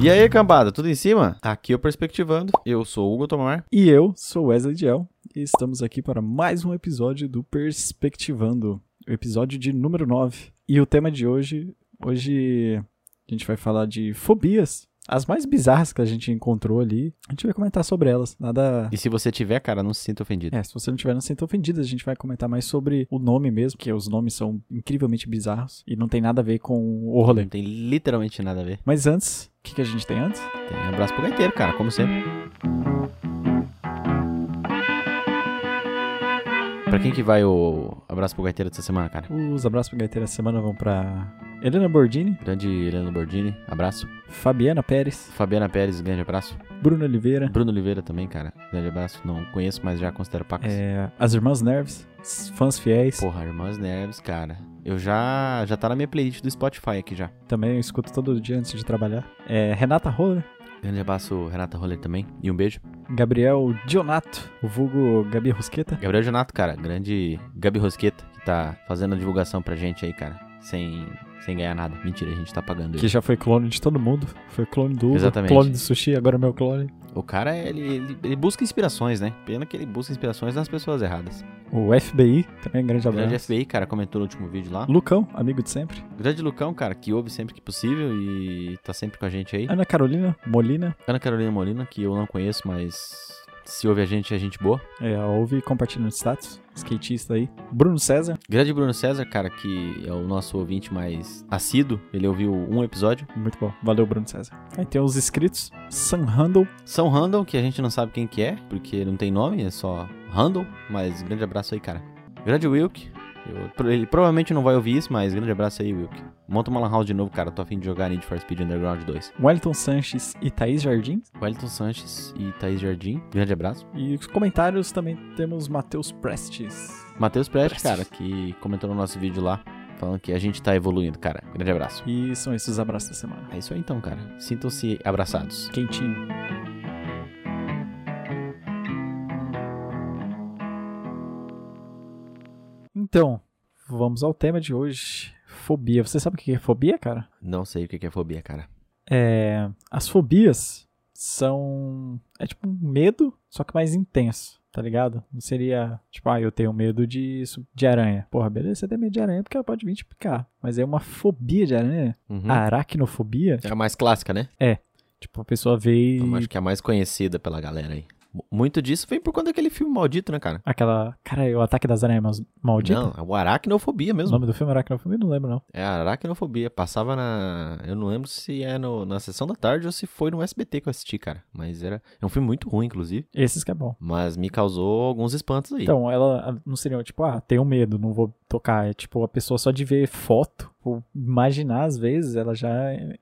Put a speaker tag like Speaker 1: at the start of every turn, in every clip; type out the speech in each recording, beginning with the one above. Speaker 1: E aí, cambada, tudo em cima? Tá Aqui eu Perspectivando. Eu sou o Hugo Tomar.
Speaker 2: E eu sou Wesley Diel e estamos aqui para mais um episódio do Perspectivando, o episódio de número 9. E o tema de hoje, hoje a gente vai falar de fobias, as mais bizarras que a gente encontrou ali. A gente vai comentar sobre elas, nada
Speaker 1: E se você tiver, cara, não se sinta ofendido.
Speaker 2: é, se você não tiver não se sinta ofendido, a gente vai comentar mais sobre o nome mesmo, que os nomes são incrivelmente bizarros e não tem nada a ver com o rolê.
Speaker 1: Não tem literalmente nada a ver.
Speaker 2: Mas antes, o que, que a gente tem antes?
Speaker 1: Tem um abraço pro gaiteiro, cara, como sempre. Pra quem que vai o abraço pro gaiteiro dessa semana, cara?
Speaker 2: Os abraços pro Gaiteiro essa semana vão para Helena Bordini,
Speaker 1: Grande Helena Bordini, abraço.
Speaker 2: Fabiana Pérez,
Speaker 1: Fabiana Pérez, grande abraço.
Speaker 2: Bruno Oliveira,
Speaker 1: Bruno Oliveira também, cara, grande abraço. Não conheço, mas já considero pacas.
Speaker 2: É, as Irmãs Nerves, fãs fiéis.
Speaker 1: Porra, Irmãs Nerves, cara. Eu já. Já tá na minha playlist do Spotify aqui já.
Speaker 2: Também eu escuto todo dia antes de trabalhar. É, Renata Roller,
Speaker 1: Grande abraço, Renata Roller também. E um beijo.
Speaker 2: Gabriel Dionato, o vulgo Gabi Rosqueta.
Speaker 1: Gabriel Jonato, cara, grande Gabi Rosqueta, que tá fazendo a divulgação pra gente aí, cara. Sem, sem ganhar nada. Mentira, a gente tá pagando
Speaker 2: Que
Speaker 1: ele.
Speaker 2: já foi clone de todo mundo. Foi clone do Uber,
Speaker 1: Exatamente.
Speaker 2: clone do sushi, agora é meu clone.
Speaker 1: O cara, ele, ele, ele busca inspirações, né? Pena que ele busca inspirações nas pessoas erradas.
Speaker 2: O FBI, também grande abraço.
Speaker 1: Grande FBI, cara, comentou no último vídeo lá.
Speaker 2: Lucão, amigo de sempre.
Speaker 1: Grande Lucão, cara, que ouve sempre que possível e tá sempre com a gente aí.
Speaker 2: Ana Carolina Molina,
Speaker 1: Ana Carolina Molina, que eu não conheço, mas se ouve a gente, é gente boa.
Speaker 2: é, ouve e compartilha no status. Skatista aí. Bruno César,
Speaker 1: Grande Bruno César, cara, que é o nosso ouvinte mais assíduo. Ele ouviu um episódio.
Speaker 2: muito bom. Valeu, Bruno César. Aí tem os inscritos. Sam Handel,
Speaker 1: São Randall, que a gente não sabe quem que é, porque não tem nome, é só Randall. Mas grande abraço aí, cara. Grande Wilk. eu- pro- ele provavelmente não vai ouvir isso, mas grande abraço aí, Wilk. Monta uma lan house de novo, cara. eu Tô afim de jogar Need for Speed Underground 2.
Speaker 2: Wellington Sanches e Thaís Jardim.
Speaker 1: Wellington Sanches e Thaís Jardim. Grande abraço.
Speaker 2: E os comentários também temos Matheus Prestes.
Speaker 1: Matheus Prestes, cara,
Speaker 2: Prestes.
Speaker 1: que comentou no nosso vídeo lá, falando que a gente tá evoluindo, cara. Grande abraço.
Speaker 2: E são esses os abraços da semana.
Speaker 1: É isso aí então, cara. Sintam-se abraçados.
Speaker 2: Quentinho. Então, vamos ao tema de hoje. Fobia. Você sabe o que é fobia, cara?
Speaker 1: Não sei o que que é fobia, cara.
Speaker 2: É, as fobias são. É tipo um medo, só que mais intenso, tá ligado? Não seria tipo, ah, eu tenho medo de, su- de aranha. Porra, beleza, você tem medo de aranha porque ela pode vir te picar. Mas é uma fobia de aranha?
Speaker 1: Uhum.
Speaker 2: Aracnofobia?
Speaker 1: É a mais clássica, né?
Speaker 2: Tipo, a pessoa vê e.
Speaker 1: Eu acho que é a mais conhecida pela galera aí. Mu- Muito disso vem por conta daquele filme maldito, né, cara?
Speaker 2: Aquela. Cara, é o ataque das aranhas Mas- malditas.
Speaker 1: Não, é o Aracnofobia
Speaker 2: o
Speaker 1: mesmo.
Speaker 2: nome do filme é Aracnofobia? Não lembro, não.
Speaker 1: É a Aracnofobia. Passava na. Eu não lembro se é no- na sessão da tarde ou se foi no SBT que eu assisti, cara. Mas era. É um filme muito ruim, inclusive.
Speaker 2: Esses que é bom.
Speaker 1: Mas me causou alguns espantos aí.
Speaker 2: Então, ela não seria tipo, ah, tenho medo, não vou tocar. É tipo, a pessoa só de ver foto, ou imaginar às vezes, ela já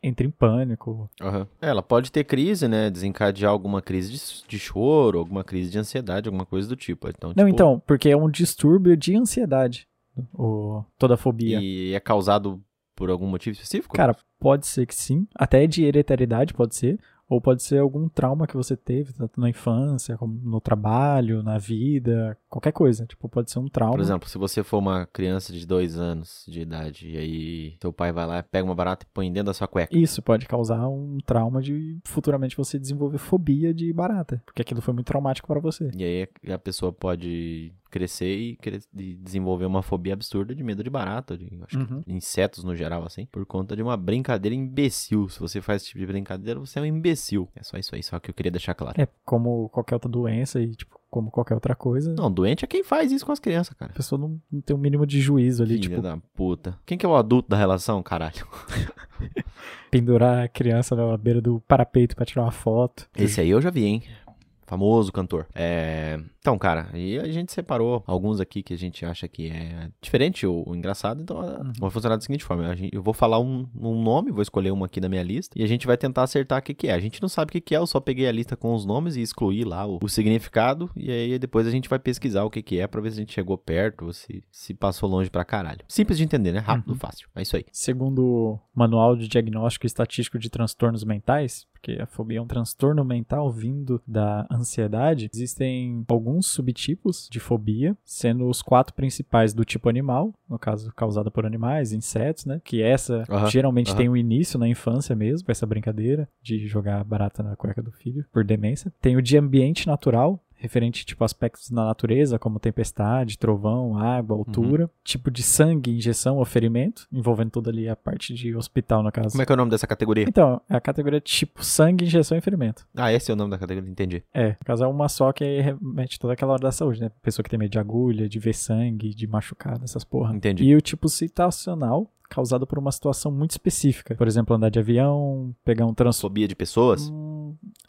Speaker 2: entra em pânico.
Speaker 1: Aham. É, Ela pode ter crise, né? Desencadear alguma crise de, de choro, alguma crise de ansiedade, alguma coisa do tipo. Então,
Speaker 2: Não,
Speaker 1: tipo,
Speaker 2: então, porque é um distúrbio de ansiedade. O, toda a fobia.
Speaker 1: E é causado por algum motivo específico?
Speaker 2: Cara, pode ser que sim. Até de hereditariedade pode ser. Ou pode ser algum trauma que você teve, tanto na infância, como no trabalho, na vida, qualquer coisa. Tipo, pode ser um trauma.
Speaker 1: Por exemplo, se você for uma criança de dois anos de idade e aí seu pai vai lá, pega uma barata e põe dentro da sua cueca.
Speaker 2: Isso pode causar um trauma de futuramente você desenvolver fobia de barata, porque aquilo foi muito traumático pra você.
Speaker 1: E aí a pessoa pode crescer e, cre- e desenvolver uma fobia absurda de medo de barata, de acho que
Speaker 2: Uhum.
Speaker 1: insetos no geral, assim, por conta de uma brincadeira imbecil. Se você faz esse tipo de brincadeira, você é um imbecil. É só isso aí, só que eu queria deixar claro.
Speaker 2: É como qualquer outra doença e tipo, como qualquer outra coisa,
Speaker 1: Não, doente é quem faz isso com as crianças, cara.
Speaker 2: a pessoa não, não tem o mínimo de juízo ali,
Speaker 1: Filha
Speaker 2: tipo,
Speaker 1: da puta. Quem que é o adulto da relação, caralho?
Speaker 2: pendurar a criança na beira do parapeito pra tirar uma foto.
Speaker 1: Esse aí eu já vi, hein? Famoso cantor. É... Então, cara, e a gente separou alguns aqui que a gente acha que é diferente ou, ou engraçado. Então, a-
Speaker 2: Uhum.
Speaker 1: vai funcionar da seguinte forma: a gente- eu vou falar um, um nome, vou escolher um aqui da minha lista e a gente vai tentar acertar o que, que é. A gente não sabe o que, que é, eu só peguei a lista com os nomes e excluí lá o, o significado. E aí depois a gente vai pesquisar o que, que é pra ver se a gente chegou perto ou se, se passou longe pra caralho. Simples de entender, né? Rápido,
Speaker 2: Uhum.
Speaker 1: fácil. É isso aí.
Speaker 2: Segundo o Manual de Diagnóstico e Estatístico de Transtornos Mentais, porque a fobia é um transtorno mental vindo da ansiedade, existem alguns alguns subtipos de fobia, sendo os quatro principais do tipo animal, no caso causada por animais, insetos, né? Que essa
Speaker 1: Aham,
Speaker 2: geralmente
Speaker 1: aham.
Speaker 2: tem um início na infância mesmo, essa brincadeira de jogar barata na cueca do filho por demência. Tem o de ambiente natural. Referente, tipo, a aspectos na natureza, como tempestade, trovão, água, altura. Tipo de sangue, injeção ou ferimento, envolvendo toda ali a parte de hospital, no caso.
Speaker 1: Como é que é o nome dessa categoria?
Speaker 2: Então, é a categoria tipo sangue, injeção e ferimento.
Speaker 1: Ah, esse é o nome da categoria, entendi.
Speaker 2: É, no caso é uma só que remete toda aquela hora da saúde, né? Pessoa que tem medo de agulha, de ver sangue, de machucado, essas porra.
Speaker 1: Entendi.
Speaker 2: E o tipo citacional, causado por uma situação muito específica. Por exemplo, andar de avião, pegar um transtorno.
Speaker 1: Fobia de pessoas?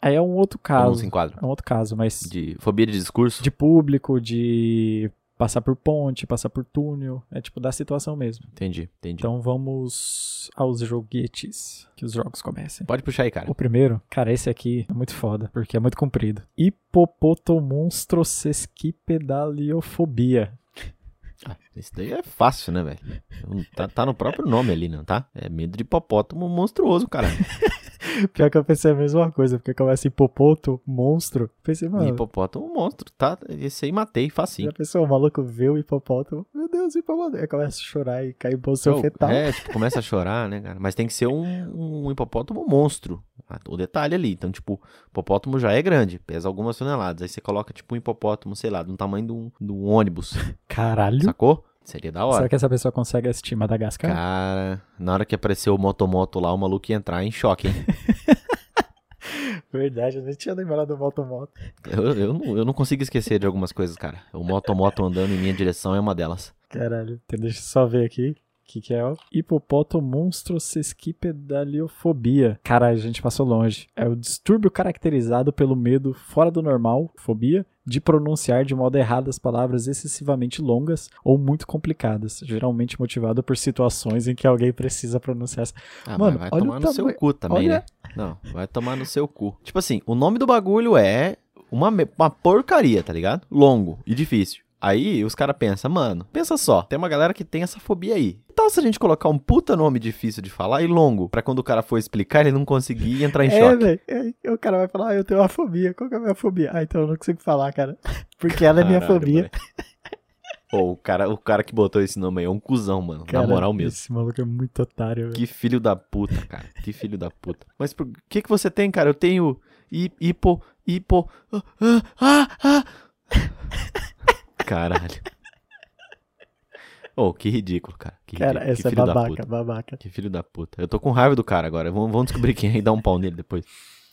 Speaker 2: Aí é um outro
Speaker 1: Ou não se
Speaker 2: caso.
Speaker 1: enquadra?
Speaker 2: É um outro caso, mas
Speaker 1: De fobia de discurso?
Speaker 2: de público, de passar por ponte, passar por túnel. É tipo da situação mesmo.
Speaker 1: Entendi, entendi.
Speaker 2: Então vamos aos joguetes. Que os jogos comecem.
Speaker 1: Pode puxar aí, cara.
Speaker 2: O primeiro, cara, esse aqui é muito foda, porque é muito comprido. Hipopotomonstrossesquipedaliofobia.
Speaker 1: Ah, Esse daí é fácil, né, velho? Não Tá, tá no próprio nome ali, não tá? É medo de hipopótamo monstruoso, cara.
Speaker 2: Pior que eu pensei a mesma coisa, porque começa hipopoto, monstro. Pensei, mano,
Speaker 1: hipopótamo monstro, tá? Esse aí matei, facinho.
Speaker 2: já pensou, o maluco vê o hipopótamo, meu Deus, hipopótamo. Aí começa a chorar e cai em posição
Speaker 1: Então,
Speaker 2: fetal.
Speaker 1: É, tipo, começa a chorar, né, cara? Mas tem que ser um, um hipopótamo monstro. Ah, O detalhe ali. Então, tipo, hipopótamo já é grande, pesa algumas toneladas. Aí você coloca, tipo, um hipopótamo, sei lá, do tamanho de um, de um ônibus,
Speaker 2: Caralho.
Speaker 1: sacou? Seria da hora.
Speaker 2: Será que essa pessoa consegue assistir Madagascar?
Speaker 1: Cara, na hora que apareceu o Motomoto lá, o maluco ia entrar em choque, hein?
Speaker 2: Verdade, eu nem tinha lembrado do Motomoto.
Speaker 1: Eu, eu, não, eu não consigo esquecer de algumas coisas, cara. O Motomoto andando em minha direção é uma delas.
Speaker 2: Caralho. Então, deixa eu só ver aqui. O que, que é? ó. Hipopotomonstrossesquipedaliofobia. Cara, a gente passou longe. É o distúrbio caracterizado pelo medo fora do normal, fobia, de pronunciar de modo errado as palavras excessivamente longas ou muito complicadas, geralmente motivado por situações em que alguém precisa pronunciar. essa-
Speaker 1: Ah,
Speaker 2: Mano,
Speaker 1: mas vai
Speaker 2: olha
Speaker 1: tomar
Speaker 2: o
Speaker 1: no seu
Speaker 2: tamanho-
Speaker 1: cu também,
Speaker 2: olha-
Speaker 1: né? Não, vai tomar no seu cu. Tipo assim, o nome do bagulho é uma, me- uma porcaria, tá ligado? Longo e difícil. Aí os caras pensam, mano, pensa só, tem uma galera que tem essa fobia aí. Que tal se a gente colocar um puta nome difícil de falar e longo, Pra quando o cara for explicar ele não conseguir entrar Tá em
Speaker 2: É,
Speaker 1: choque?
Speaker 2: velho. É, o cara vai falar, ah, eu tenho uma fobia. Qual que é a minha fobia? Ah, então eu não consigo falar, cara. Porque ela é minha
Speaker 1: Caralho,
Speaker 2: fobia.
Speaker 1: velho. Pô, o cara, o cara que botou esse nome aí é um cuzão, mano.
Speaker 2: Cara,
Speaker 1: na moral mesmo.
Speaker 2: Esse maluco é muito otário, velho.
Speaker 1: Que filho da puta, cara. Que filho da puta. Mas por que que você tem, cara? Eu tenho hi- hipo, hipo. ah, ah, ah, ah. Caralho. Oh, que ridículo, cara. Que
Speaker 2: Cara,
Speaker 1: ridículo.
Speaker 2: essa é
Speaker 1: que filho da
Speaker 2: babaca,
Speaker 1: puta.
Speaker 2: babaca.
Speaker 1: Que filho da puta. Eu tô com raiva do cara agora. Vamos, vamos descobrir quem é e dar um pau nele depois.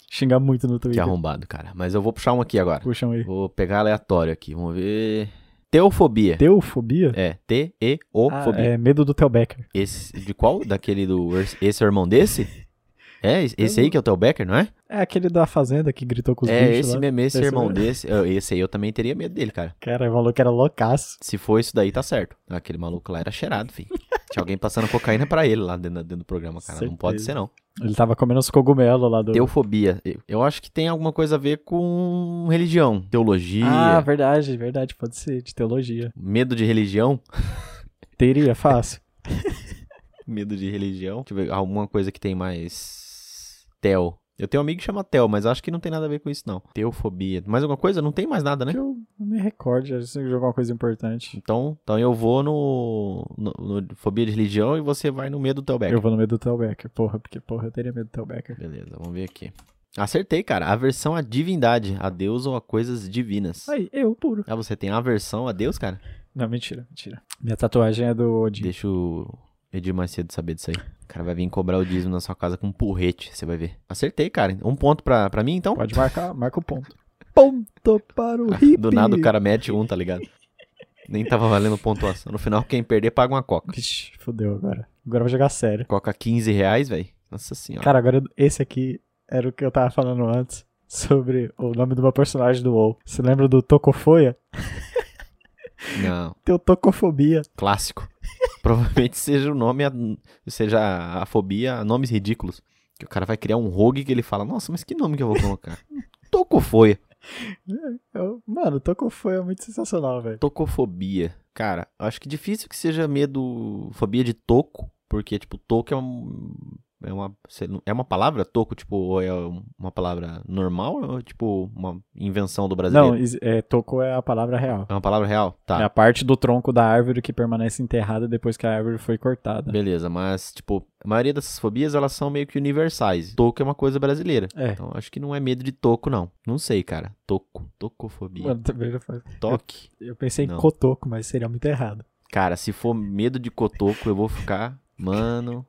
Speaker 2: Xingar muito no
Speaker 1: Que
Speaker 2: Twitter.
Speaker 1: arrombado, cara. Mas eu vou puxar um aqui agora.
Speaker 2: Puxam aí.
Speaker 1: Vou pegar aleatório aqui. Vamos ver. Teofobia.
Speaker 2: Teofobia?
Speaker 1: É, T-E-O-fobia.
Speaker 2: é medo do Theo Becker.
Speaker 1: Esse, de qual? Daquele do. Esse é o irmão desse? É, esse- esse aí que é o Theo Becker, não é?
Speaker 2: É aquele da fazenda que gritou com os
Speaker 1: é,
Speaker 2: bichos
Speaker 1: esse
Speaker 2: lá.
Speaker 1: mesmo, esse
Speaker 2: Esse
Speaker 1: irmão
Speaker 2: mesmo.
Speaker 1: desse. Eu- Esse aí eu também teria medo dele, cara.
Speaker 2: Cara, o maluco era loucaço.
Speaker 1: Se for isso daí, tá certo. Aquele maluco lá era cheirado, filho. Tinha alguém passando cocaína pra ele lá dentro, dentro do programa, cara. Não pode
Speaker 2: Certeza.
Speaker 1: ser, não.
Speaker 2: Ele tava comendo os cogumelos lá do...
Speaker 1: Teofobia. Eu- Eu acho que tem alguma coisa a ver com religião, teologia.
Speaker 2: Ah, verdade, verdade. Pode ser, de teologia.
Speaker 1: Medo de religião?
Speaker 2: Teria, fácil.
Speaker 1: Medo de religião. Deixa eu ver, alguma coisa que tem mais. Tel. Eu tenho um amigo que chama Tel, mas acho que não tem nada a ver com isso, não. Teofobia. Mais alguma coisa? Não tem mais nada, né?
Speaker 2: Que eu não me recordo, acho que jogou uma coisa importante.
Speaker 1: Então, então eu vou no, no, no Fobia de Religião e você vai no Medo do Teu Becker.
Speaker 2: Eu vou no medo do Theo Becker, porra. Porque, porra, eu teria medo do Theo Becker.
Speaker 1: Beleza, vamos ver aqui. Acertei, cara. Aversão à divindade, a Deus ou a coisas divinas.
Speaker 2: Aí, eu puro.
Speaker 1: Ah, você tem aversão a Deus, cara?
Speaker 2: Não, mentira, mentira. Minha tatuagem é do Odin.
Speaker 1: Deixa o Edir mais cedo saber disso aí. O cara vai vir cobrar o dízimo na sua casa com um porrete, você vai ver. Acertei, cara. Um ponto pra, pra mim, então? Ah,
Speaker 2: Pode marcar, marca o ponto. Ponto para o hippie.
Speaker 1: Do nada o cara mete um, tá ligado? Nem tava valendo pontuação. No final, quem perder paga uma coca.
Speaker 2: Vixe, fodeu agora. Agora eu vou jogar sério.
Speaker 1: Coca 15 reais, velho. Nossa senhora.
Speaker 2: Cara, agora esse aqui era o que eu tava falando antes sobre o nome do meu personagem do WoW. Você lembra do Tocofoia?
Speaker 1: Não.
Speaker 2: Teu Tocofobia.
Speaker 1: clássico. Provavelmente seja o nome, a- seja a fobia, a nomes ridículos. Que o cara vai criar um rogue que ele fala, nossa, mas que nome que eu vou colocar? Tocofoia.
Speaker 2: Eu- mano, Tocofoia é muito sensacional, velho.
Speaker 1: Tocofobia. Cara, acho que difícil que seja medo, fobia de toco, porque, tipo, toco é um É uma, cê não- é uma palavra toco, tipo, ou é uma palavra normal ou é, tipo uma invenção do brasileiro?
Speaker 2: Não, is- é, toco é a palavra real.
Speaker 1: É uma palavra real? Tá.
Speaker 2: É a parte do tronco da árvore que permanece enterrada depois que a árvore foi cortada.
Speaker 1: Beleza, mas, tipo, a maioria dessas fobias, elas são meio que universais. Toco é uma coisa brasileira.
Speaker 2: É.
Speaker 1: Então, acho que não é medo de toco, não. Não sei, cara. Toco. Tocofobia.
Speaker 2: Mano, também não faz-
Speaker 1: Toque.
Speaker 2: Eu pensei em
Speaker 1: Não.
Speaker 2: cotoco, mas seria muito errado.
Speaker 1: Cara, se for medo de cotoco, eu vou ficar... Mano,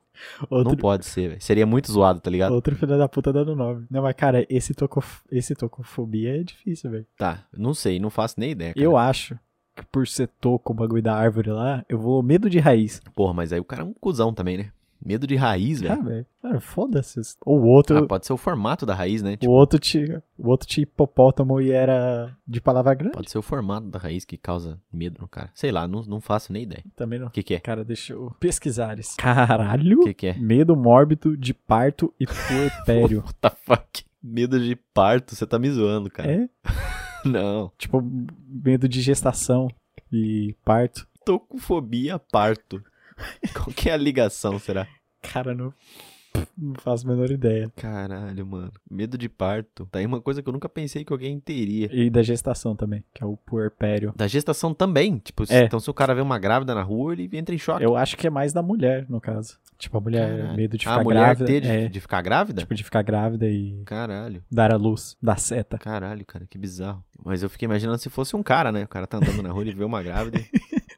Speaker 1: não
Speaker 2: Outro,
Speaker 1: pode ser, velho. Seria muito zoado, tá ligado?
Speaker 2: outro filho da puta dando nome. Não, mas cara, esse, tocof... esse tocofobia é difícil, velho.
Speaker 1: Tá, não sei, não faço nem ideia, cara.
Speaker 2: Eu acho que por ser toco, o bagulho da árvore lá, eu vou medo de raiz.
Speaker 1: Porra, mas aí o cara é um cuzão também, né? Medo de raiz,
Speaker 2: Ah,
Speaker 1: velho.
Speaker 2: velho. Cara, foda-se. Ou o outro,
Speaker 1: Ah, pode ser o formato da raiz, né?
Speaker 2: o
Speaker 1: Tipo,
Speaker 2: outro te, o outro te hipopótamo e era de palavra grande.
Speaker 1: pode ser o formato da raiz que causa medo no cara. Sei lá, não, não faço nem ideia.
Speaker 2: Também não.
Speaker 1: O que que é?
Speaker 2: Cara, deixa eu pesquisar isso. Caralho.
Speaker 1: O que que é?
Speaker 2: Medo mórbido de parto e puerpério.
Speaker 1: What the fuck? Medo de parto, você tá me zoando, cara.
Speaker 2: é?
Speaker 1: Não.
Speaker 2: Tipo, medo de gestação e parto.
Speaker 1: Tocofobia, parto. Qual que é a ligação, será?
Speaker 2: Cara, não, não faço a menor ideia.
Speaker 1: Caralho, mano. Medo de parto. Tá aí uma coisa que eu nunca pensei que alguém teria.
Speaker 2: E da gestação também, que é o puerpério.
Speaker 1: Da gestação também. Tipo, se-
Speaker 2: É.
Speaker 1: então se o cara vê uma grávida na rua, ele entra em choque.
Speaker 2: Eu acho que é mais da mulher, no caso. Tipo, a mulher,
Speaker 1: Caralho.
Speaker 2: medo de ficar
Speaker 1: a Ah, mulher
Speaker 2: grávida.
Speaker 1: ter de,
Speaker 2: é,
Speaker 1: de ficar grávida?
Speaker 2: tipo, de ficar grávida e
Speaker 1: Caralho.
Speaker 2: dar à luz, dar seta.
Speaker 1: Caralho, cara, que bizarro. Mas eu fiquei imaginando se fosse um cara, né? O cara tá andando na rua, ele vê uma grávida,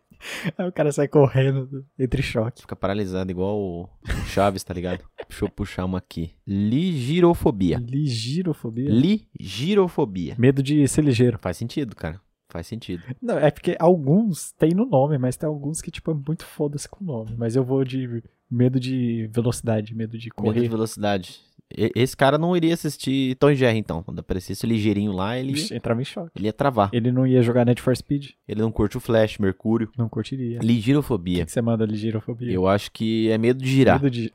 Speaker 2: Aí o cara sai correndo entre choque.
Speaker 1: fica paralisado igual o, o Chaves, tá ligado? Deixa eu puxar uma aqui. Ligirofobia.
Speaker 2: Ligirofobia?
Speaker 1: Ligirofobia.
Speaker 2: Medo de ser ligeiro.
Speaker 1: Faz sentido, cara. Faz sentido.
Speaker 2: Não, é porque alguns tem no nome, mas tem alguns que, tipo, é muito foda-se com o nome. Mas eu vou de medo de velocidade, medo de
Speaker 1: Medo de
Speaker 2: correr.
Speaker 1: velocidade. E- Esse cara não iria assistir Tom e Jerry, então. Quando aparecesse o ligeirinho lá, ele ia,
Speaker 2: Ixi, entrava em choque.
Speaker 1: ele ia travar.
Speaker 2: Ele não ia jogar Net for Speed?
Speaker 1: Ele não curte o Flash, Mercúrio.
Speaker 2: Não curtiria. O
Speaker 1: Ligirofobia.
Speaker 2: que É. que você manda ligirofobia?
Speaker 1: Eu acho que é medo de girar.
Speaker 2: Medo de...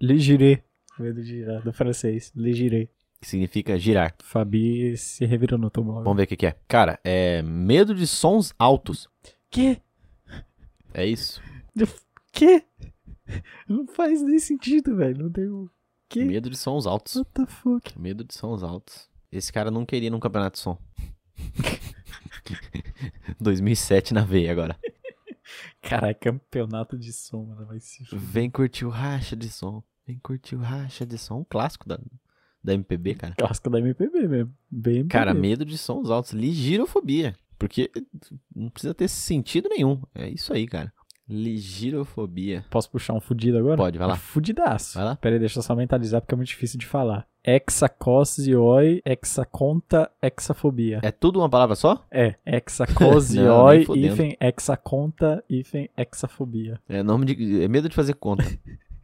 Speaker 2: Ligiré. Medo de girar, do francês. Ligiré.
Speaker 1: Que significa girar.
Speaker 2: Fabi se revirou no automóvel.
Speaker 1: Vamos ver o que, que é. Cara, é medo de sons altos.
Speaker 2: Que?
Speaker 1: É isso.
Speaker 2: Que? Não faz nem sentido, velho. Não tem o... Que?
Speaker 1: Medo de sons altos.
Speaker 2: What the fuck?
Speaker 1: Medo de sons altos. Esse cara não queria ir num campeonato de som. 2007 na veia agora.
Speaker 2: Caralho, campeonato de som, mano. Vai se
Speaker 1: Vem curtir o racha de som. Vem curtir o racha de som. Um clássico da, da MPB, cara.
Speaker 2: Clássico da MPB mesmo. Bem MPB.
Speaker 1: Cara, medo de sons altos. Ligirofobia. Porque não precisa ter sentido nenhum. É isso aí, cara. Ligirofobia.
Speaker 2: Posso puxar um fudido agora?
Speaker 1: Pode, vai lá.
Speaker 2: Fudidaço.
Speaker 1: Vai lá.
Speaker 2: Pera aí, deixa eu só mentalizar porque é muito difícil de falar. Hexacosioi, hexaconta, hexafobia.
Speaker 1: É tudo uma palavra só?
Speaker 2: É,
Speaker 1: Não, nem
Speaker 2: hexacosioi,
Speaker 1: fudendo.
Speaker 2: hífen, hexaconta, hífen, hexafobia.
Speaker 1: É nome de. É medo de fazer conta.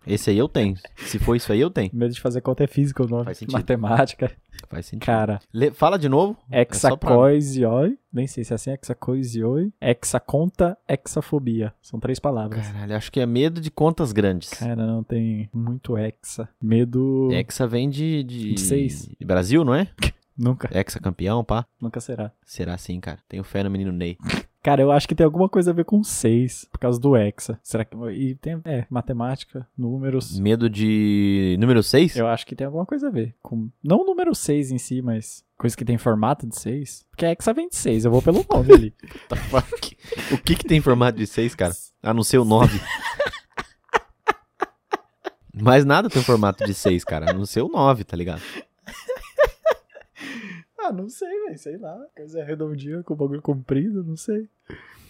Speaker 1: Esse aí eu tenho. Se for isso aí, eu tenho.
Speaker 2: Medo de fazer conta é física o nome.
Speaker 1: Faz sentido.
Speaker 2: Matemática.
Speaker 1: Faz sentido.
Speaker 2: Cara,
Speaker 1: Le- Fala de novo. É só pra-
Speaker 2: hexacosioi, nem sei se é assim, hexacosioi, hexaconta, hexafobia. São três palavras.
Speaker 1: Caralho, acho que é medo de contas grandes.
Speaker 2: Cara, não tem muito hexa. Medo...
Speaker 1: Hexa vem de. de...
Speaker 2: De seis.
Speaker 1: de Brasil, não é?
Speaker 2: Nunca,
Speaker 1: Hexa campeão, pá.
Speaker 2: nunca será.
Speaker 1: Será sim, cara. Tenho fé no menino Ney.
Speaker 2: Cara, eu acho que tem alguma coisa a ver com 6, por causa do hexa. Será que. E tem. É, matemática, números.
Speaker 1: Medo de. Número 6?
Speaker 2: Eu acho que tem alguma coisa a ver. Com, não o número 6 em si, mas coisa que tem formato de 6. Porque hexa vem de 6, eu vou pelo nome ali.
Speaker 1: O que que tem formato de 6, cara? A não ser o 9. Mas nada tem um formato de 6, cara. A não ser o 9, tá ligado?
Speaker 2: ah, não sei, velho. Sei lá. Coisa é redondinha com bagulho comprido, não sei.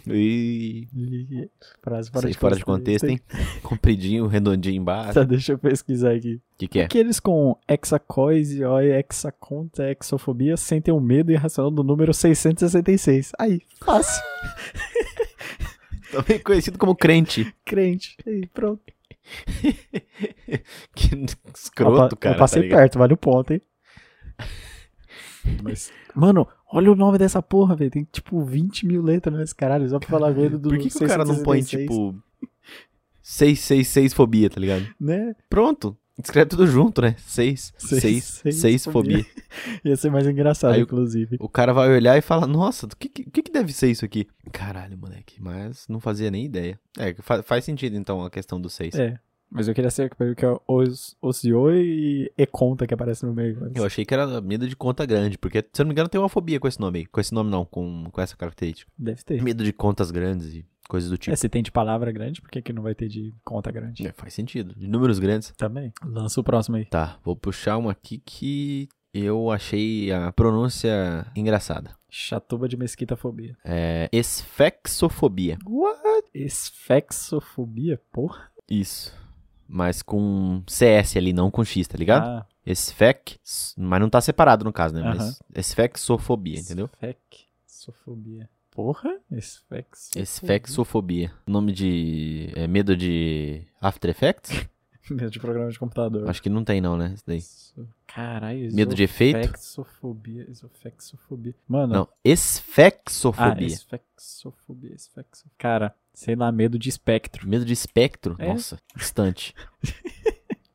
Speaker 1: E.
Speaker 2: E- Frase
Speaker 1: Fora, de, fora de contexto, hein? Compridinho, redondinho embaixo.
Speaker 2: Tá, deixa eu pesquisar aqui.
Speaker 1: O que, que é?
Speaker 2: Aqueles com hexacóise, hexaconta, hexofobia sentem o medo irracional do número 666. Aí, fácil.
Speaker 1: Também conhecido como crente.
Speaker 2: crente. E pronto.
Speaker 1: Que
Speaker 2: Eu
Speaker 1: escroto,
Speaker 2: pa-
Speaker 1: cara.
Speaker 2: Eu passei
Speaker 1: tá ligado?
Speaker 2: perto, vale o ponto, hein? Mas, mano, olha o nome dessa porra, velho. Tem tipo 20 mil letras nesse caralho, só pra falar medo do
Speaker 1: Por que, que o cara não põe,
Speaker 2: 666,
Speaker 1: tipo. 666 fobia, tá ligado?
Speaker 2: Né?
Speaker 1: Pronto. Escreve tudo junto, né? 6,
Speaker 2: Seis,
Speaker 1: 6,
Speaker 2: seis
Speaker 1: 6
Speaker 2: fobia.
Speaker 1: fobia.
Speaker 2: Ia ser mais engraçado,
Speaker 1: Aí o-
Speaker 2: inclusive.
Speaker 1: O cara vai olhar e fala, nossa, o que, que, que que deve ser isso aqui? Caralho, moleque, mas não fazia nem ideia. É, fa- faz sentido então a questão do 6.
Speaker 2: É. Mas eu queria ser o que é os, osioi e E-Conta que aparece no meio. mas-
Speaker 1: Eu achei que era medo de conta grande, porque, se eu não me engano, tem uma fobia com esse nome aí. Com esse nome não, com, com essa característica.
Speaker 2: Deve ter.
Speaker 1: Medo de contas grandes e coisas do tipo.
Speaker 2: É, se tem de palavra grande, por que, que não vai ter de conta grande?
Speaker 1: É, faz sentido. De números grandes.
Speaker 2: Também. Lança o próximo aí.
Speaker 1: Tá, vou puxar uma aqui que eu achei a pronúncia engraçada.
Speaker 2: Chatuba de mesquitafobia.
Speaker 1: É esfexofobia.
Speaker 2: What? Esfexofobia, porra.
Speaker 1: Isso. Mas com CS ali, não com X, tá ligado?
Speaker 2: Ah,
Speaker 1: Esfec, mas não tá separado no caso, né?
Speaker 2: Aham.
Speaker 1: Mas esfexofobia, entendeu?
Speaker 2: Esfexofobia. Porra? Esfexofobia.
Speaker 1: Esfexofobia. Nome de. é, medo de After Effects?
Speaker 2: Medo de programa de computador.
Speaker 1: Acho que não tem, não, né? Isso daí.
Speaker 2: Isso. Caralho,
Speaker 1: Medo de efeito?
Speaker 2: Esfexofobia, esfexofobia. Mano,
Speaker 1: Não. Esfexofobia.
Speaker 2: ah, esfexofobia, esfexofobia. Cara, sei lá, medo de espectro.
Speaker 1: Medo de espectro?
Speaker 2: É.
Speaker 1: Nossa, distante.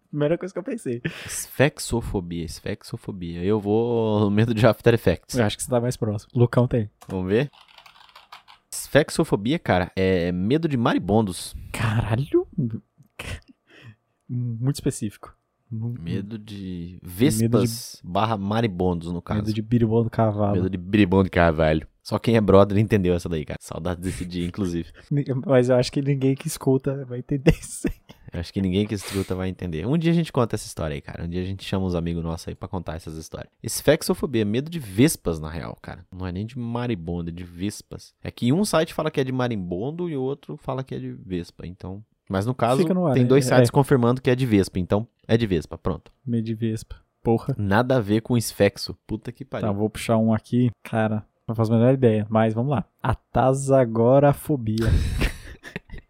Speaker 2: Primeira coisa que eu pensei.
Speaker 1: Esfexofobia, esfexofobia. Eu vou. Medo de After Effects.
Speaker 2: Eu acho que você tá mais próximo. Lucão tem.
Speaker 1: Vamos ver? Esfexofobia, cara, é medo de maribondos.
Speaker 2: Caralho. Muito específico. Num-
Speaker 1: Medo de vespas barra maribondos, no caso.
Speaker 2: Medo de biribol do cavalo.
Speaker 1: Medo de biribondo carvalho. Só quem é brother entendeu essa daí, cara. Saudades desse dia, inclusive.
Speaker 2: Mas eu acho que ninguém que escuta vai entender isso.
Speaker 1: Eu acho que ninguém que escuta vai entender. Um dia a gente conta essa história aí, cara. Um dia a gente chama uns amigos nossos aí pra contar essas histórias. Esfexofobia, medo de vespas, na real, cara. Não é nem de maribondo, é de vespas. É que um site fala que é de marimbondo e o outro fala que é de vespa, então... Mas no caso,
Speaker 2: Fica no ar,
Speaker 1: tem
Speaker 2: né?
Speaker 1: dois
Speaker 2: É.
Speaker 1: sites confirmando que é de vespa, então é de vespa, pronto.
Speaker 2: Medo de vespa. Porra.
Speaker 1: Nada a ver com esfexo. Puta que
Speaker 2: Tá,
Speaker 1: pariu.
Speaker 2: vou puxar um aqui. Cara, não faço a menor ideia, mas vamos lá. Atazagorafobia.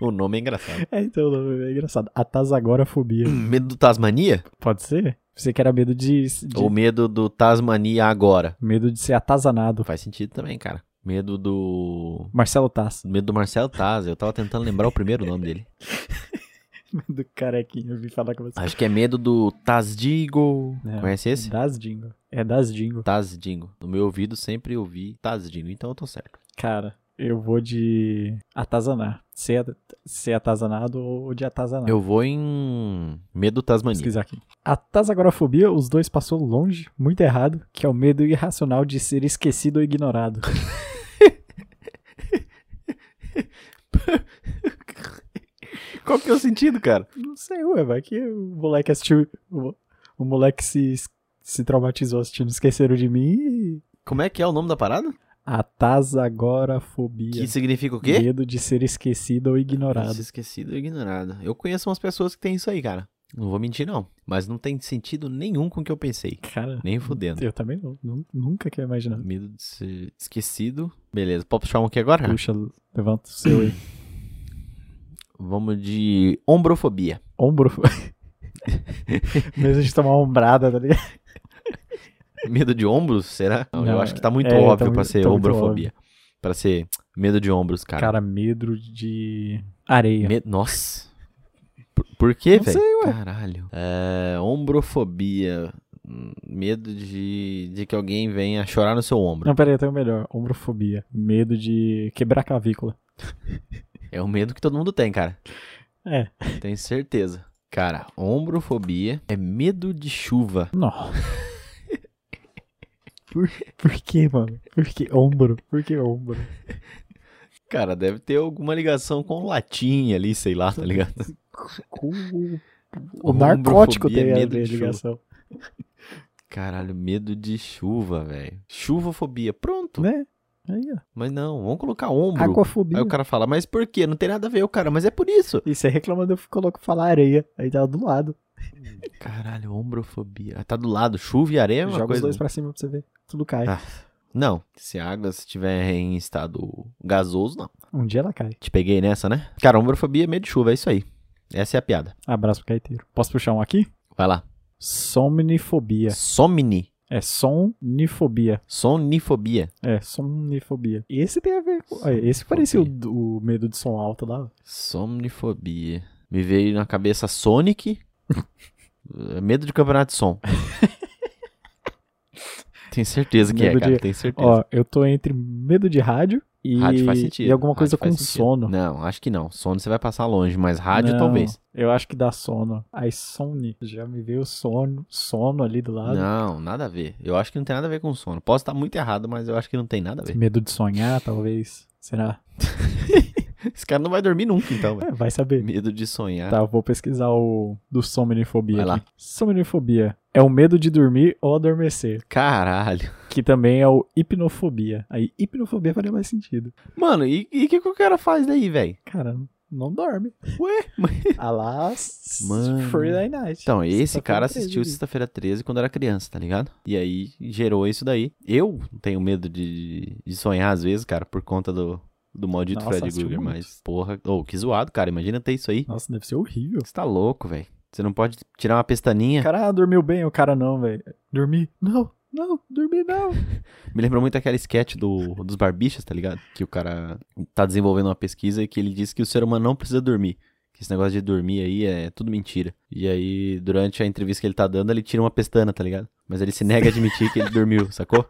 Speaker 1: O nome é engraçado.
Speaker 2: é, então o nome é engraçado. Atazagorafobia.
Speaker 1: medo do Tasmania?
Speaker 2: Pode ser? Você que era medo de, de-
Speaker 1: Ou medo do Tasmania agora?
Speaker 2: medo de ser atazanado.
Speaker 1: Faz sentido também, cara. Medo do.
Speaker 2: Marcelo Taz.
Speaker 1: Medo do Marcelo Taz. Eu tava tentando lembrar o primeiro nome dele.
Speaker 2: Medo carequinho, eu vi falar com você.
Speaker 1: Acho que é medo do Tazdigo.
Speaker 2: É.
Speaker 1: Conhece esse?
Speaker 2: Das Dingo. É das Dingo.
Speaker 1: Tazdingo. No meu ouvido sempre ouvi Tazdingo, então eu tô certo.
Speaker 2: Cara, eu vou de atazanar. Ser, at- ser atazanado ou de atazanar.
Speaker 1: Eu vou em. Medo Tasmania.
Speaker 2: pesquisar aqui. A tasagorafobia, os dois passou longe, muito errado, que é o medo irracional de ser esquecido ou ignorado.
Speaker 1: Qual que é o sentido, cara?
Speaker 2: Não sei, ué, vai que o moleque assistiu. O, o moleque se, se traumatizou assistindo Esqueceram de Mim e.
Speaker 1: Como é que é o nome da parada?
Speaker 2: A tasagorafobia.
Speaker 1: Que significa o quê?
Speaker 2: Medo de ser esquecido ou ignorado.
Speaker 1: Isso, Esquecido e ignorado. Eu conheço umas pessoas que têm isso aí, cara. Não vou mentir, não. Mas não tem sentido nenhum com o que eu pensei.
Speaker 2: Cara,
Speaker 1: Nem fudendo.
Speaker 2: eu também não, nu- nunca quero imaginar.
Speaker 1: Medo de ser esquecido. Beleza, pop chama aqui agora?
Speaker 2: Puxa, levanta o seu aí.
Speaker 1: Vamos de ombrofobia.
Speaker 2: Ombro. Medo de tomar uma ombrada, tá ligado?
Speaker 1: Medo de ombros, será? Não, eu
Speaker 2: Não,
Speaker 1: acho que tá muito
Speaker 2: é, tá
Speaker 1: óbvio pra
Speaker 2: muito-
Speaker 1: ser
Speaker 2: tá muito
Speaker 1: ombrofobia. Pra ser medo de ombros, cara.
Speaker 2: Cara, medo de areia.
Speaker 1: Me- Nossa. Por, por quê,
Speaker 2: Não
Speaker 1: velho?
Speaker 2: sei, ué.
Speaker 1: Caralho. É, ombrofobia. Hum, Medo de, de que alguém venha chorar no seu ombro.
Speaker 2: Não, peraí, eu tenho melhor. Ombrofobia. Medo de quebrar cavícula.
Speaker 1: É um medo que todo mundo tem, cara.
Speaker 2: É.
Speaker 1: Tenho certeza. Cara, ombrofobia é medo de chuva.
Speaker 2: Não. Por, por que, mano? Por que ombro? Por que ombro?
Speaker 1: Cara, deve ter alguma ligação com latim ali, sei lá, tá ligado?
Speaker 2: Com o, o narcótico tá
Speaker 1: Ombrofobia,
Speaker 2: tem a
Speaker 1: medo de
Speaker 2: ligação.
Speaker 1: Caralho, medo de chuva, velho. Chuvofobia, pronto.
Speaker 2: Né? Aí, ó.
Speaker 1: Mas não, vamos colocar ombro.
Speaker 2: Aquafobia.
Speaker 1: Aí o cara fala, mas por quê? Não tem nada a ver, o cara, mas é por isso.
Speaker 2: E você reclamando, eu coloco falar areia. Aí tava do lado.
Speaker 1: Caralho, ombrofobia. Ah, Tá do lado, chuva e areia é uma
Speaker 2: Joga os
Speaker 1: coisa.
Speaker 2: dois pra cima pra você ver. Tudo cai.
Speaker 1: Ah. Não, se a água estiver em estado gasoso, não.
Speaker 2: Um dia ela cai.
Speaker 1: Te peguei nessa, né? Cara, ombrofobia é medo de chuva, é isso aí. Essa é a piada.
Speaker 2: Abraço pro caiteiro. Posso puxar um aqui?
Speaker 1: Vai lá.
Speaker 2: Somnifobia.
Speaker 1: Somni.
Speaker 2: É somnifobia.
Speaker 1: Sonifobia.
Speaker 2: É, somnifobia. Esse tem a ver com. Olha, esse é parecia o, do- o medo de som alto lá.
Speaker 1: Somnifobia. Me veio na cabeça Sonic. Eh, medo de campeonato de som. Tenho certeza que
Speaker 2: Medo
Speaker 1: é, cara.
Speaker 2: de-
Speaker 1: Tenho certeza.
Speaker 2: Ó, eu tô entre medo de rádio e,
Speaker 1: rádio faz sentido.
Speaker 2: e alguma
Speaker 1: rádio
Speaker 2: coisa com
Speaker 1: faz sentido.
Speaker 2: sono.
Speaker 1: Não, acho que não. Sono você vai passar longe, mas rádio
Speaker 2: Não,
Speaker 1: talvez.
Speaker 2: Eu acho que dá sono. Aí Sony, já me veio sono, sono ali do lado.
Speaker 1: Não, nada a ver. Eu acho que não tem nada a ver com sono. Posso estar muito errado, mas eu acho que não tem nada a ver.
Speaker 2: Medo de sonhar, talvez. Será?
Speaker 1: Esse cara não vai dormir nunca, então, velho.
Speaker 2: É, vai saber.
Speaker 1: Medo de sonhar.
Speaker 2: Tá, eu vou pesquisar o do somnifobia
Speaker 1: Vai lá.
Speaker 2: aqui. Somnifobia é o medo de dormir ou adormecer,
Speaker 1: Caralho.
Speaker 2: que também é o hipnofobia. Aí hipnofobia faria mais sentido.
Speaker 1: Mano, e e o que, que o cara faz daí, velho?
Speaker 2: Cara, não dorme.
Speaker 1: Ué? mas-
Speaker 2: Alas,
Speaker 1: Mano.
Speaker 2: Friday Night.
Speaker 1: Então, esse
Speaker 2: Sexta-feira
Speaker 1: cara
Speaker 2: 13,
Speaker 1: assistiu
Speaker 2: bicho.
Speaker 1: Sexta-feira 13 quando era criança, tá ligado? E aí gerou isso daí. Eu tenho medo de, de sonhar às vezes, cara, por conta do, do maldito
Speaker 2: Nossa,
Speaker 1: Fred
Speaker 2: assistiu
Speaker 1: Krueger,
Speaker 2: muito.
Speaker 1: mas porra, ô, que zoado, cara. Imagina ter isso aí.
Speaker 2: Nossa, deve ser horrível.
Speaker 1: Você tá louco, velho. Você não pode tirar uma pestaninha.
Speaker 2: O cara ah, dormiu bem, o cara não, velho. Dormi? Não, não, dormi não.
Speaker 1: Me lembrou muito aquela sketch do, dos barbichas, tá ligado? Que o cara tá desenvolvendo uma pesquisa e que ele diz que o ser humano não precisa dormir. Que esse negócio de dormir aí é tudo mentira. E aí, durante a entrevista que ele tá dando, ele tira uma pestana, tá ligado? Mas ele se nega a admitir que ele dormiu, sacou?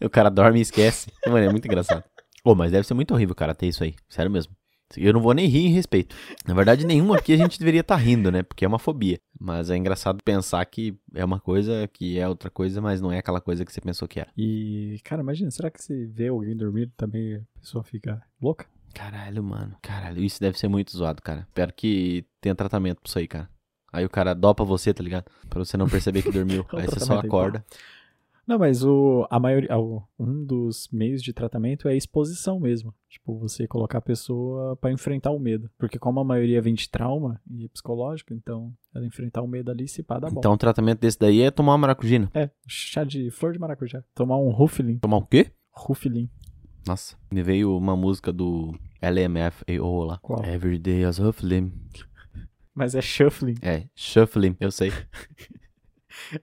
Speaker 1: o cara dorme e esquece. Mano, é muito engraçado. Ô, mas deve ser muito horrível, cara, ter isso aí. Sério mesmo. Eu não vou nem rir em respeito. Na verdade, nenhuma aqui a gente deveria estar rindo, né? Porque é uma fobia. Mas é engraçado pensar que é uma coisa que é outra coisa, mas não é aquela coisa que você pensou que era.
Speaker 2: E, cara, imagina, será que você vê alguém dormir também a pessoa fica louca?
Speaker 1: Caralho, mano. Caralho, isso deve ser muito zoado, cara. Espero que tenha tratamento pra isso aí, cara. Aí o cara dopa você, tá ligado? Pra você não perceber que dormiu.
Speaker 2: É um
Speaker 1: aí você só
Speaker 2: tratamento aí, pô.
Speaker 1: acorda.
Speaker 2: Não, mas o, a maioria, o- um dos meios de tratamento é a exposição mesmo. Tipo, você colocar a pessoa pra enfrentar o medo. Porque como a maioria vem de trauma e é psicológico, então ela enfrentar o medo ali se pá, dá Tá bom.
Speaker 1: então o tratamento desse daí é tomar uma maracujina.
Speaker 2: É, chá de flor de maracujá. Tomar um ruflin.
Speaker 1: Tomar o quê?
Speaker 2: Ruflin.
Speaker 1: Nossa, me veio uma música do LMFAO lá.
Speaker 2: Qual?
Speaker 1: Every day as huffling.
Speaker 2: Mas é shuffling.
Speaker 1: É, shuffling, eu sei.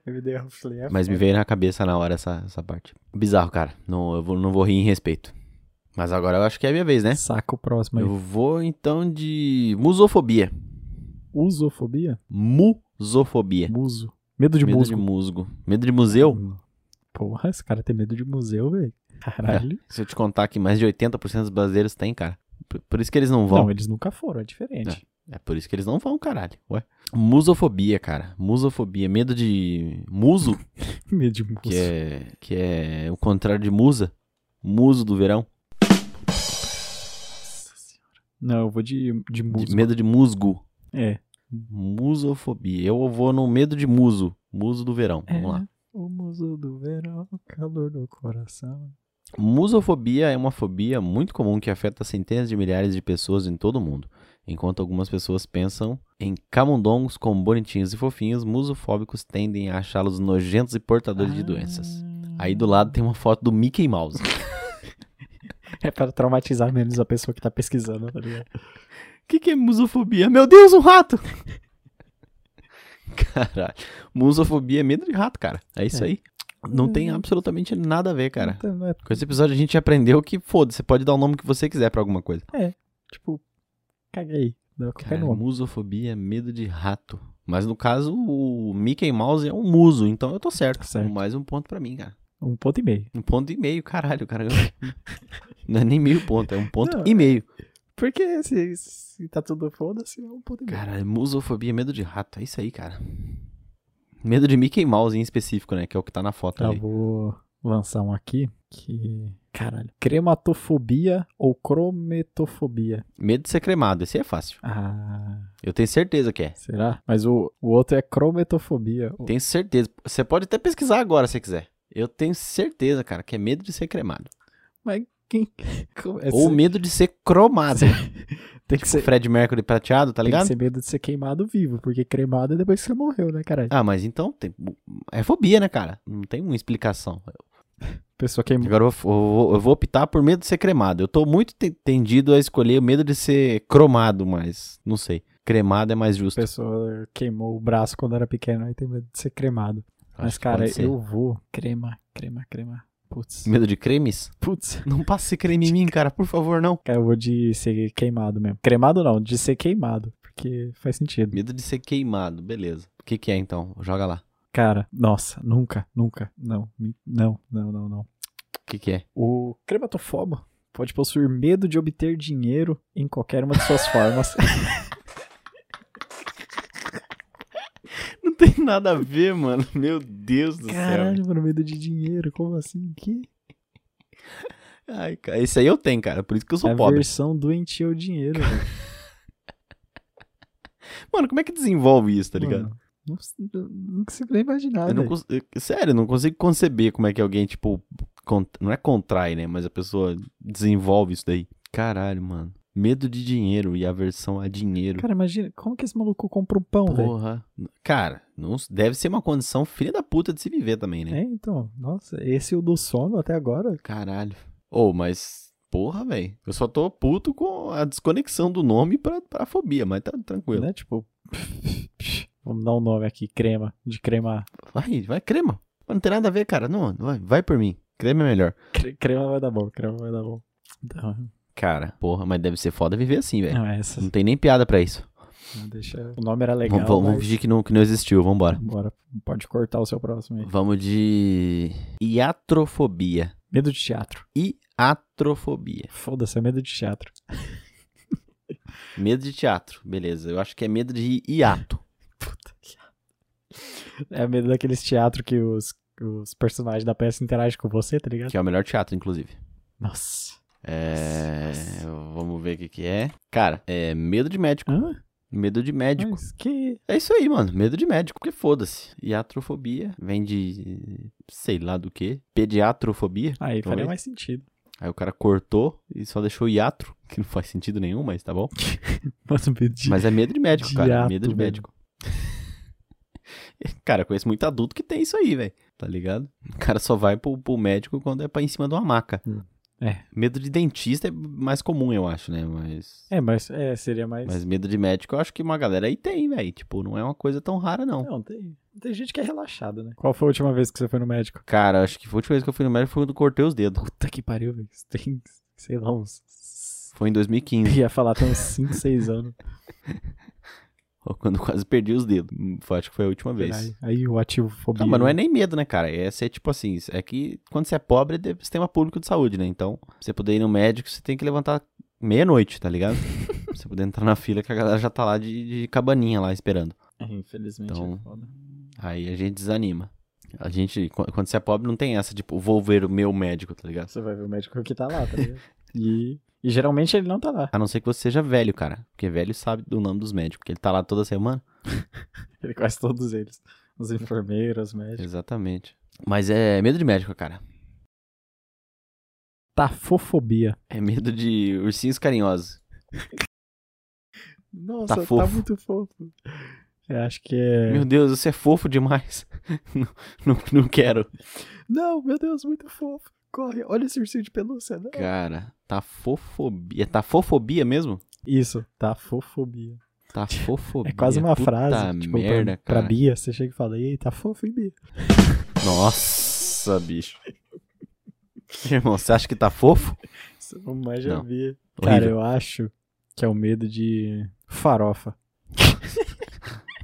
Speaker 2: Everyday ruflin. É
Speaker 1: Mas me veio na cabeça na hora essa, essa parte. Bizarro, cara. Não, eu vou- não vou rir em respeito. Mas agora eu acho que é a minha vez, né?
Speaker 2: Saca o próximo aí.
Speaker 1: Eu vou então de musofobia.
Speaker 2: Usofobia?
Speaker 1: Musofobia.
Speaker 2: Muso. Medo de
Speaker 1: É. medo
Speaker 2: musgo.
Speaker 1: de musgo. Medo de museu?
Speaker 2: Hum. Porra, esse cara tem medo de museu, velho. Caralho.
Speaker 1: Se eu te contar que mais de 80% dos brasileiros tem, cara. Por, por isso que eles não vão.
Speaker 2: Não, eles nunca foram, é diferente.
Speaker 1: É por isso que eles não vão, caralho. Ué. Musofobia, cara. Musofobia. Medo de muso,
Speaker 2: Medo de musgo.
Speaker 1: que é, que é o contrário de musa. Muso do verão.
Speaker 2: Nossa senhora. Não, eu vou de,
Speaker 1: De-
Speaker 2: de musgo.
Speaker 1: medo de musgo.
Speaker 2: É.
Speaker 1: Musofobia. Eu vou no medo de muso. Muso do verão. Vamos lá.
Speaker 2: É, O muso do verão, calor do coração.
Speaker 1: Musofobia é uma fobia muito comum que afeta centenas de milhares de pessoas em todo o mundo. Enquanto algumas pessoas pensam em camundongos como bonitinhos e fofinhos, musofóbicos tendem a achá-los nojentos e portadores de doenças.
Speaker 2: Ah.
Speaker 1: Aí do lado tem uma foto do Mickey Mouse. Ah. O
Speaker 2: É pra traumatizar menos a pessoa que tá pesquisando, tá ligado?
Speaker 1: que, que é musofobia? Meu Deus, um rato! Caralho. Musofobia é medo de rato, cara. É Hum. isso
Speaker 2: É.
Speaker 1: aí. Não tem absolutamente nada a ver, cara.
Speaker 2: Então, não é,
Speaker 1: Com esse episódio a gente aprendeu que, foda, você pode dar o nome que você quiser pra alguma coisa.
Speaker 2: tipo, caguei. Dá qualquer
Speaker 1: Cara,
Speaker 2: nome.
Speaker 1: musofobia é medo de rato. Mas no caso, o Mickey Mouse é um muso, então eu tô certo.
Speaker 2: Tá certo.
Speaker 1: Mais um ponto pra mim, cara.
Speaker 2: Um ponto e meio.
Speaker 1: Um ponto e meio, caralho, cara. Não é nem meio ponto, é um ponto
Speaker 2: Não,
Speaker 1: e meio.
Speaker 2: Porque se, se tá tudo foda-se, é um ponto e meio.
Speaker 1: Cara, musofobia é medo de rato, é isso aí, cara. Medo de Mickey Mouse em específico, né? Que é o que tá na foto
Speaker 2: Eu
Speaker 1: ali.
Speaker 2: vou lançar um aqui que. Caralho. Crematofobia ou crometofobia?
Speaker 1: Medo de ser cremado, esse aí é fácil.
Speaker 2: Ah,
Speaker 1: Eu tenho certeza que é.
Speaker 2: será? Mas o, o outro é crometofobia. O-
Speaker 1: Tenho certeza. Você pode até pesquisar agora se quiser. Eu tenho certeza, cara, que é medo de ser cremado.
Speaker 2: Quem... como- é
Speaker 1: Ou
Speaker 2: ser-
Speaker 1: medo de ser cromado.
Speaker 2: tem que
Speaker 1: O
Speaker 2: ser.
Speaker 1: Fred Mercury prateado, tá
Speaker 2: Tem que
Speaker 1: ligado?
Speaker 2: ser medo de ser queimado vivo, porque cremado é depois que você morreu, né, caralho?
Speaker 1: Ah, mas então tem... é fobia, né, cara? Não tem uma explicação.
Speaker 2: Pessoa queimada.
Speaker 1: Agora eu vou, eu vou optar por medo de ser cremado. Eu tô muito te- tendido a escolher o medo de ser cromado, mas não sei. Cremado é mais justo.
Speaker 2: Pessoa queimou o braço quando era pequeno, aí tem medo de ser cremado.
Speaker 1: Acho
Speaker 2: Mas,
Speaker 1: que
Speaker 2: cara,
Speaker 1: pode ser.
Speaker 2: eu vou. Crema, crema, crema. Putz.
Speaker 1: Medo de cremes?
Speaker 2: Putz.
Speaker 1: Não passe esse creme em mim, cara, por favor, não.
Speaker 2: Cara, eu vou de ser queimado mesmo. Cremado não, de ser queimado. Porque faz sentido.
Speaker 1: Medo de ser queimado, beleza. O que que é então? Joga lá.
Speaker 2: Cara, nossa, nunca, nunca. Não, mi- não, não, não, não.
Speaker 1: O que que é?
Speaker 2: O crematofobo Pode possuir medo de obter dinheiro em qualquer uma de suas formas.
Speaker 1: Não tem nada a ver, mano. Meu Deus do céu.
Speaker 2: Caralho, mano, medo de dinheiro. Como assim? Que?
Speaker 1: Ai, cara. Esse aí eu tenho, cara. Por isso que eu sou
Speaker 2: É a
Speaker 1: pobre.
Speaker 2: versão doentia ao dinheiro, velho.
Speaker 1: Mano, como é que desenvolve isso, tá ligado?
Speaker 2: Mano, Não, não, não consigo nem imaginar,
Speaker 1: Eu não
Speaker 2: velho.
Speaker 1: cons- eu- Sério, eu não consigo conceber como é que alguém, tipo, con- não é contrai, né? Mas a pessoa desenvolve isso daí. Caralho, mano. Medo de dinheiro e aversão a dinheiro.
Speaker 2: Cara, imagina, como que esse maluco compra um pão, velho?
Speaker 1: Porra. Cara, não... deve ser uma condição filha da puta de se viver também, né?
Speaker 2: É, então, nossa, esse é o do sono até agora.
Speaker 1: Caralho. Ô, mas. Porra, velho. Eu só tô puto com a desconexão do nome pra, pra fobia, mas tá tranquilo.
Speaker 2: Né? Tipo, vamos dar um nome aqui, crema, de crema.
Speaker 1: Vai, vai, crema. Mas não tem nada a ver, cara. Não, vai, vai por mim. Crema é melhor.
Speaker 2: Cre- crema vai dar bom, crema vai dar bom. Então,
Speaker 1: Cara, porra, mas deve ser foda viver assim, velho.
Speaker 2: não, é essa,
Speaker 1: Não tem nem piada pra isso.
Speaker 2: não deixa. O nome era legal,
Speaker 1: vamos, vamos
Speaker 2: mas-
Speaker 1: fingir que não, que não existiu, vambora.
Speaker 2: Bora, pode cortar o seu próximo aí.
Speaker 1: Vamos de. Iatrofobia.
Speaker 2: Medo de teatro.
Speaker 1: Iatrofobia.
Speaker 2: Foda-se, é medo de teatro.
Speaker 1: Medo de teatro, beleza. Eu acho que é medo de hiato.
Speaker 2: É medo daqueles teatros que os, os personagens da peça interagem com você, tá ligado?
Speaker 1: Que é o melhor teatro, inclusive.
Speaker 2: Nossa.
Speaker 1: É.
Speaker 2: Nossa.
Speaker 1: Vamos ver o que, que é. Cara, é medo de médico.
Speaker 2: Hã?
Speaker 1: Medo de médico.
Speaker 2: Mas que.
Speaker 1: É isso aí, mano. Medo de médico, porque foda-se. Iatrofobia vem de. sei lá do que. Pediatrofobia.
Speaker 2: Aí
Speaker 1: Então,
Speaker 2: faria
Speaker 1: aí-
Speaker 2: mais sentido.
Speaker 1: Aí o cara cortou e só deixou iatro, que não faz sentido nenhum, mas tá bom.
Speaker 2: Mas o medo de.
Speaker 1: Mas é medo de médico, cara.
Speaker 2: Diato,
Speaker 1: medo de
Speaker 2: velho.
Speaker 1: médico. cara, eu conheço muito adulto que tem isso aí, velho. Tá ligado? O cara só vai pro, pro médico quando é pra em cima de uma maca.
Speaker 2: Hum. É.
Speaker 1: Medo de dentista é mais comum, eu acho, né? Mas.
Speaker 2: É, mas é, seria mais.
Speaker 1: Mas medo de médico, eu acho que uma galera aí tem, velho. Tipo, não é uma coisa tão rara, não.
Speaker 2: Não, tem, tem gente que é relaxada, né? Qual foi a última vez que você foi no médico?
Speaker 1: Cara, acho que foi a última vez que eu fui no médico foi quando eu cortei os dedos.
Speaker 2: Puta que pariu, velho. Isso Tem, sei lá, uns.
Speaker 1: Foi em 2015.
Speaker 2: Ia falar até uns 5, 6 anos.
Speaker 1: Ou Quando eu quase perdi os dedos. Hum, foi- acho que foi a última vez.
Speaker 2: Aí, aí o ativo fobia.
Speaker 1: Não, mas não é nem medo, né, cara? É ser tipo assim, é que quando você é pobre, é sistema público de saúde, né? Então, pra você poder ir no médico, você tem que levantar meia-noite, tá ligado? pra você poder entrar na fila que a galera já tá lá de, de cabaninha lá esperando.
Speaker 2: É, Infelizmente
Speaker 1: Então-
Speaker 2: é foda.
Speaker 1: Aí a gente desanima. A gente, qu- quando você é pobre, não tem essa, tipo, vou ver o meu médico, tá ligado?
Speaker 2: Você vai ver o médico que tá lá, tá ligado? E, e geralmente ele não tá lá.
Speaker 1: A não ser que você seja velho, cara. Porque velho sabe do nome dos médicos, porque ele tá lá toda semana.
Speaker 2: Ele conhece todos eles. Os enfermeiros, os médicos.
Speaker 1: Exatamente. Mas é medo de médico, cara. Tá
Speaker 2: Tafofobia.
Speaker 1: É medo de ursinhos carinhosos.
Speaker 2: Nossa,
Speaker 1: Tá
Speaker 2: tá,
Speaker 1: fofo.
Speaker 2: muito fofo. Eu acho que é.
Speaker 1: Meu Deus, você é fofo demais. não, não, não quero.
Speaker 2: Não, meu Deus, muito fofo. Corre, olha esse ursinho de pelúcia. Não.
Speaker 1: Cara, tá fofobia. Tá fofobia mesmo?
Speaker 2: Isso, tafofobia.
Speaker 1: Tá fofobia.
Speaker 2: É quase uma
Speaker 1: Puta
Speaker 2: frase, tipo, pra-
Speaker 1: merda,
Speaker 2: pra,
Speaker 1: cara.
Speaker 2: Bia, você chega e fala, ei, tá fofo, hein, Bia?
Speaker 1: Nossa, bicho. Irmão, você acha que tá fofo?
Speaker 2: Você não manja
Speaker 1: Não.
Speaker 2: a Bia. Cara,
Speaker 1: Horrível.
Speaker 2: eu acho que é o medo de farofa.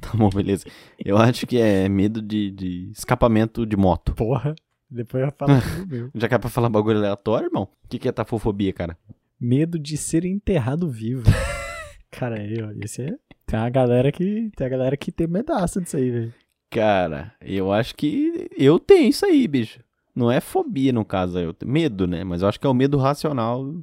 Speaker 1: Tá bom, beleza. Eu acho que é medo de, de escapamento de moto.
Speaker 2: Porra, depois eu falo do meu.
Speaker 1: Já que é pra falar bagulho aleatório, irmão? O que, que é tafofobia, cara?
Speaker 2: Medo de ser enterrado vivo. Cara, aí, ó, esse é... Tem uma galera que tem, a galera que tem medaço disso aí, velho.
Speaker 1: Cara, eu acho que eu tenho isso aí, bicho. Não é fobia, no caso, eu tenho medo, né? Mas eu acho que é o medo racional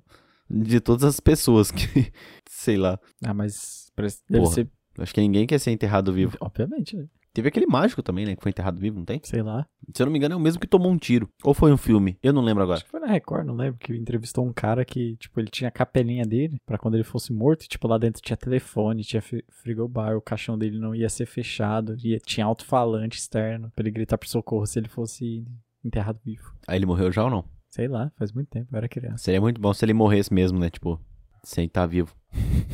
Speaker 1: de todas as pessoas que, sei lá.
Speaker 2: Ah, mas parece- deve
Speaker 1: Porra.
Speaker 2: ser...
Speaker 1: Acho que é ninguém quer ser enterrado vivo.
Speaker 2: Obviamente, né?
Speaker 1: Teve aquele mágico também, né? Que foi enterrado vivo, não tem?
Speaker 2: Sei lá.
Speaker 1: Se eu não me engano, é o mesmo que tomou um tiro. Ou foi um filme? Eu não lembro agora.
Speaker 2: Acho que foi na Record, não lembro, que entrevistou um cara que, tipo, ele tinha a capelinha dele pra quando ele fosse morto, e, tipo, lá dentro tinha telefone, tinha fri- frigobar, o caixão dele não ia ser fechado, ia, tinha alto-falante externo pra ele gritar pro socorro se ele fosse enterrado vivo.
Speaker 1: Aí ele morreu já ou não?
Speaker 2: Sei lá, faz muito tempo, eu era criança.
Speaker 1: Seria muito bom se ele morresse mesmo, né? Tipo, sem estar vivo.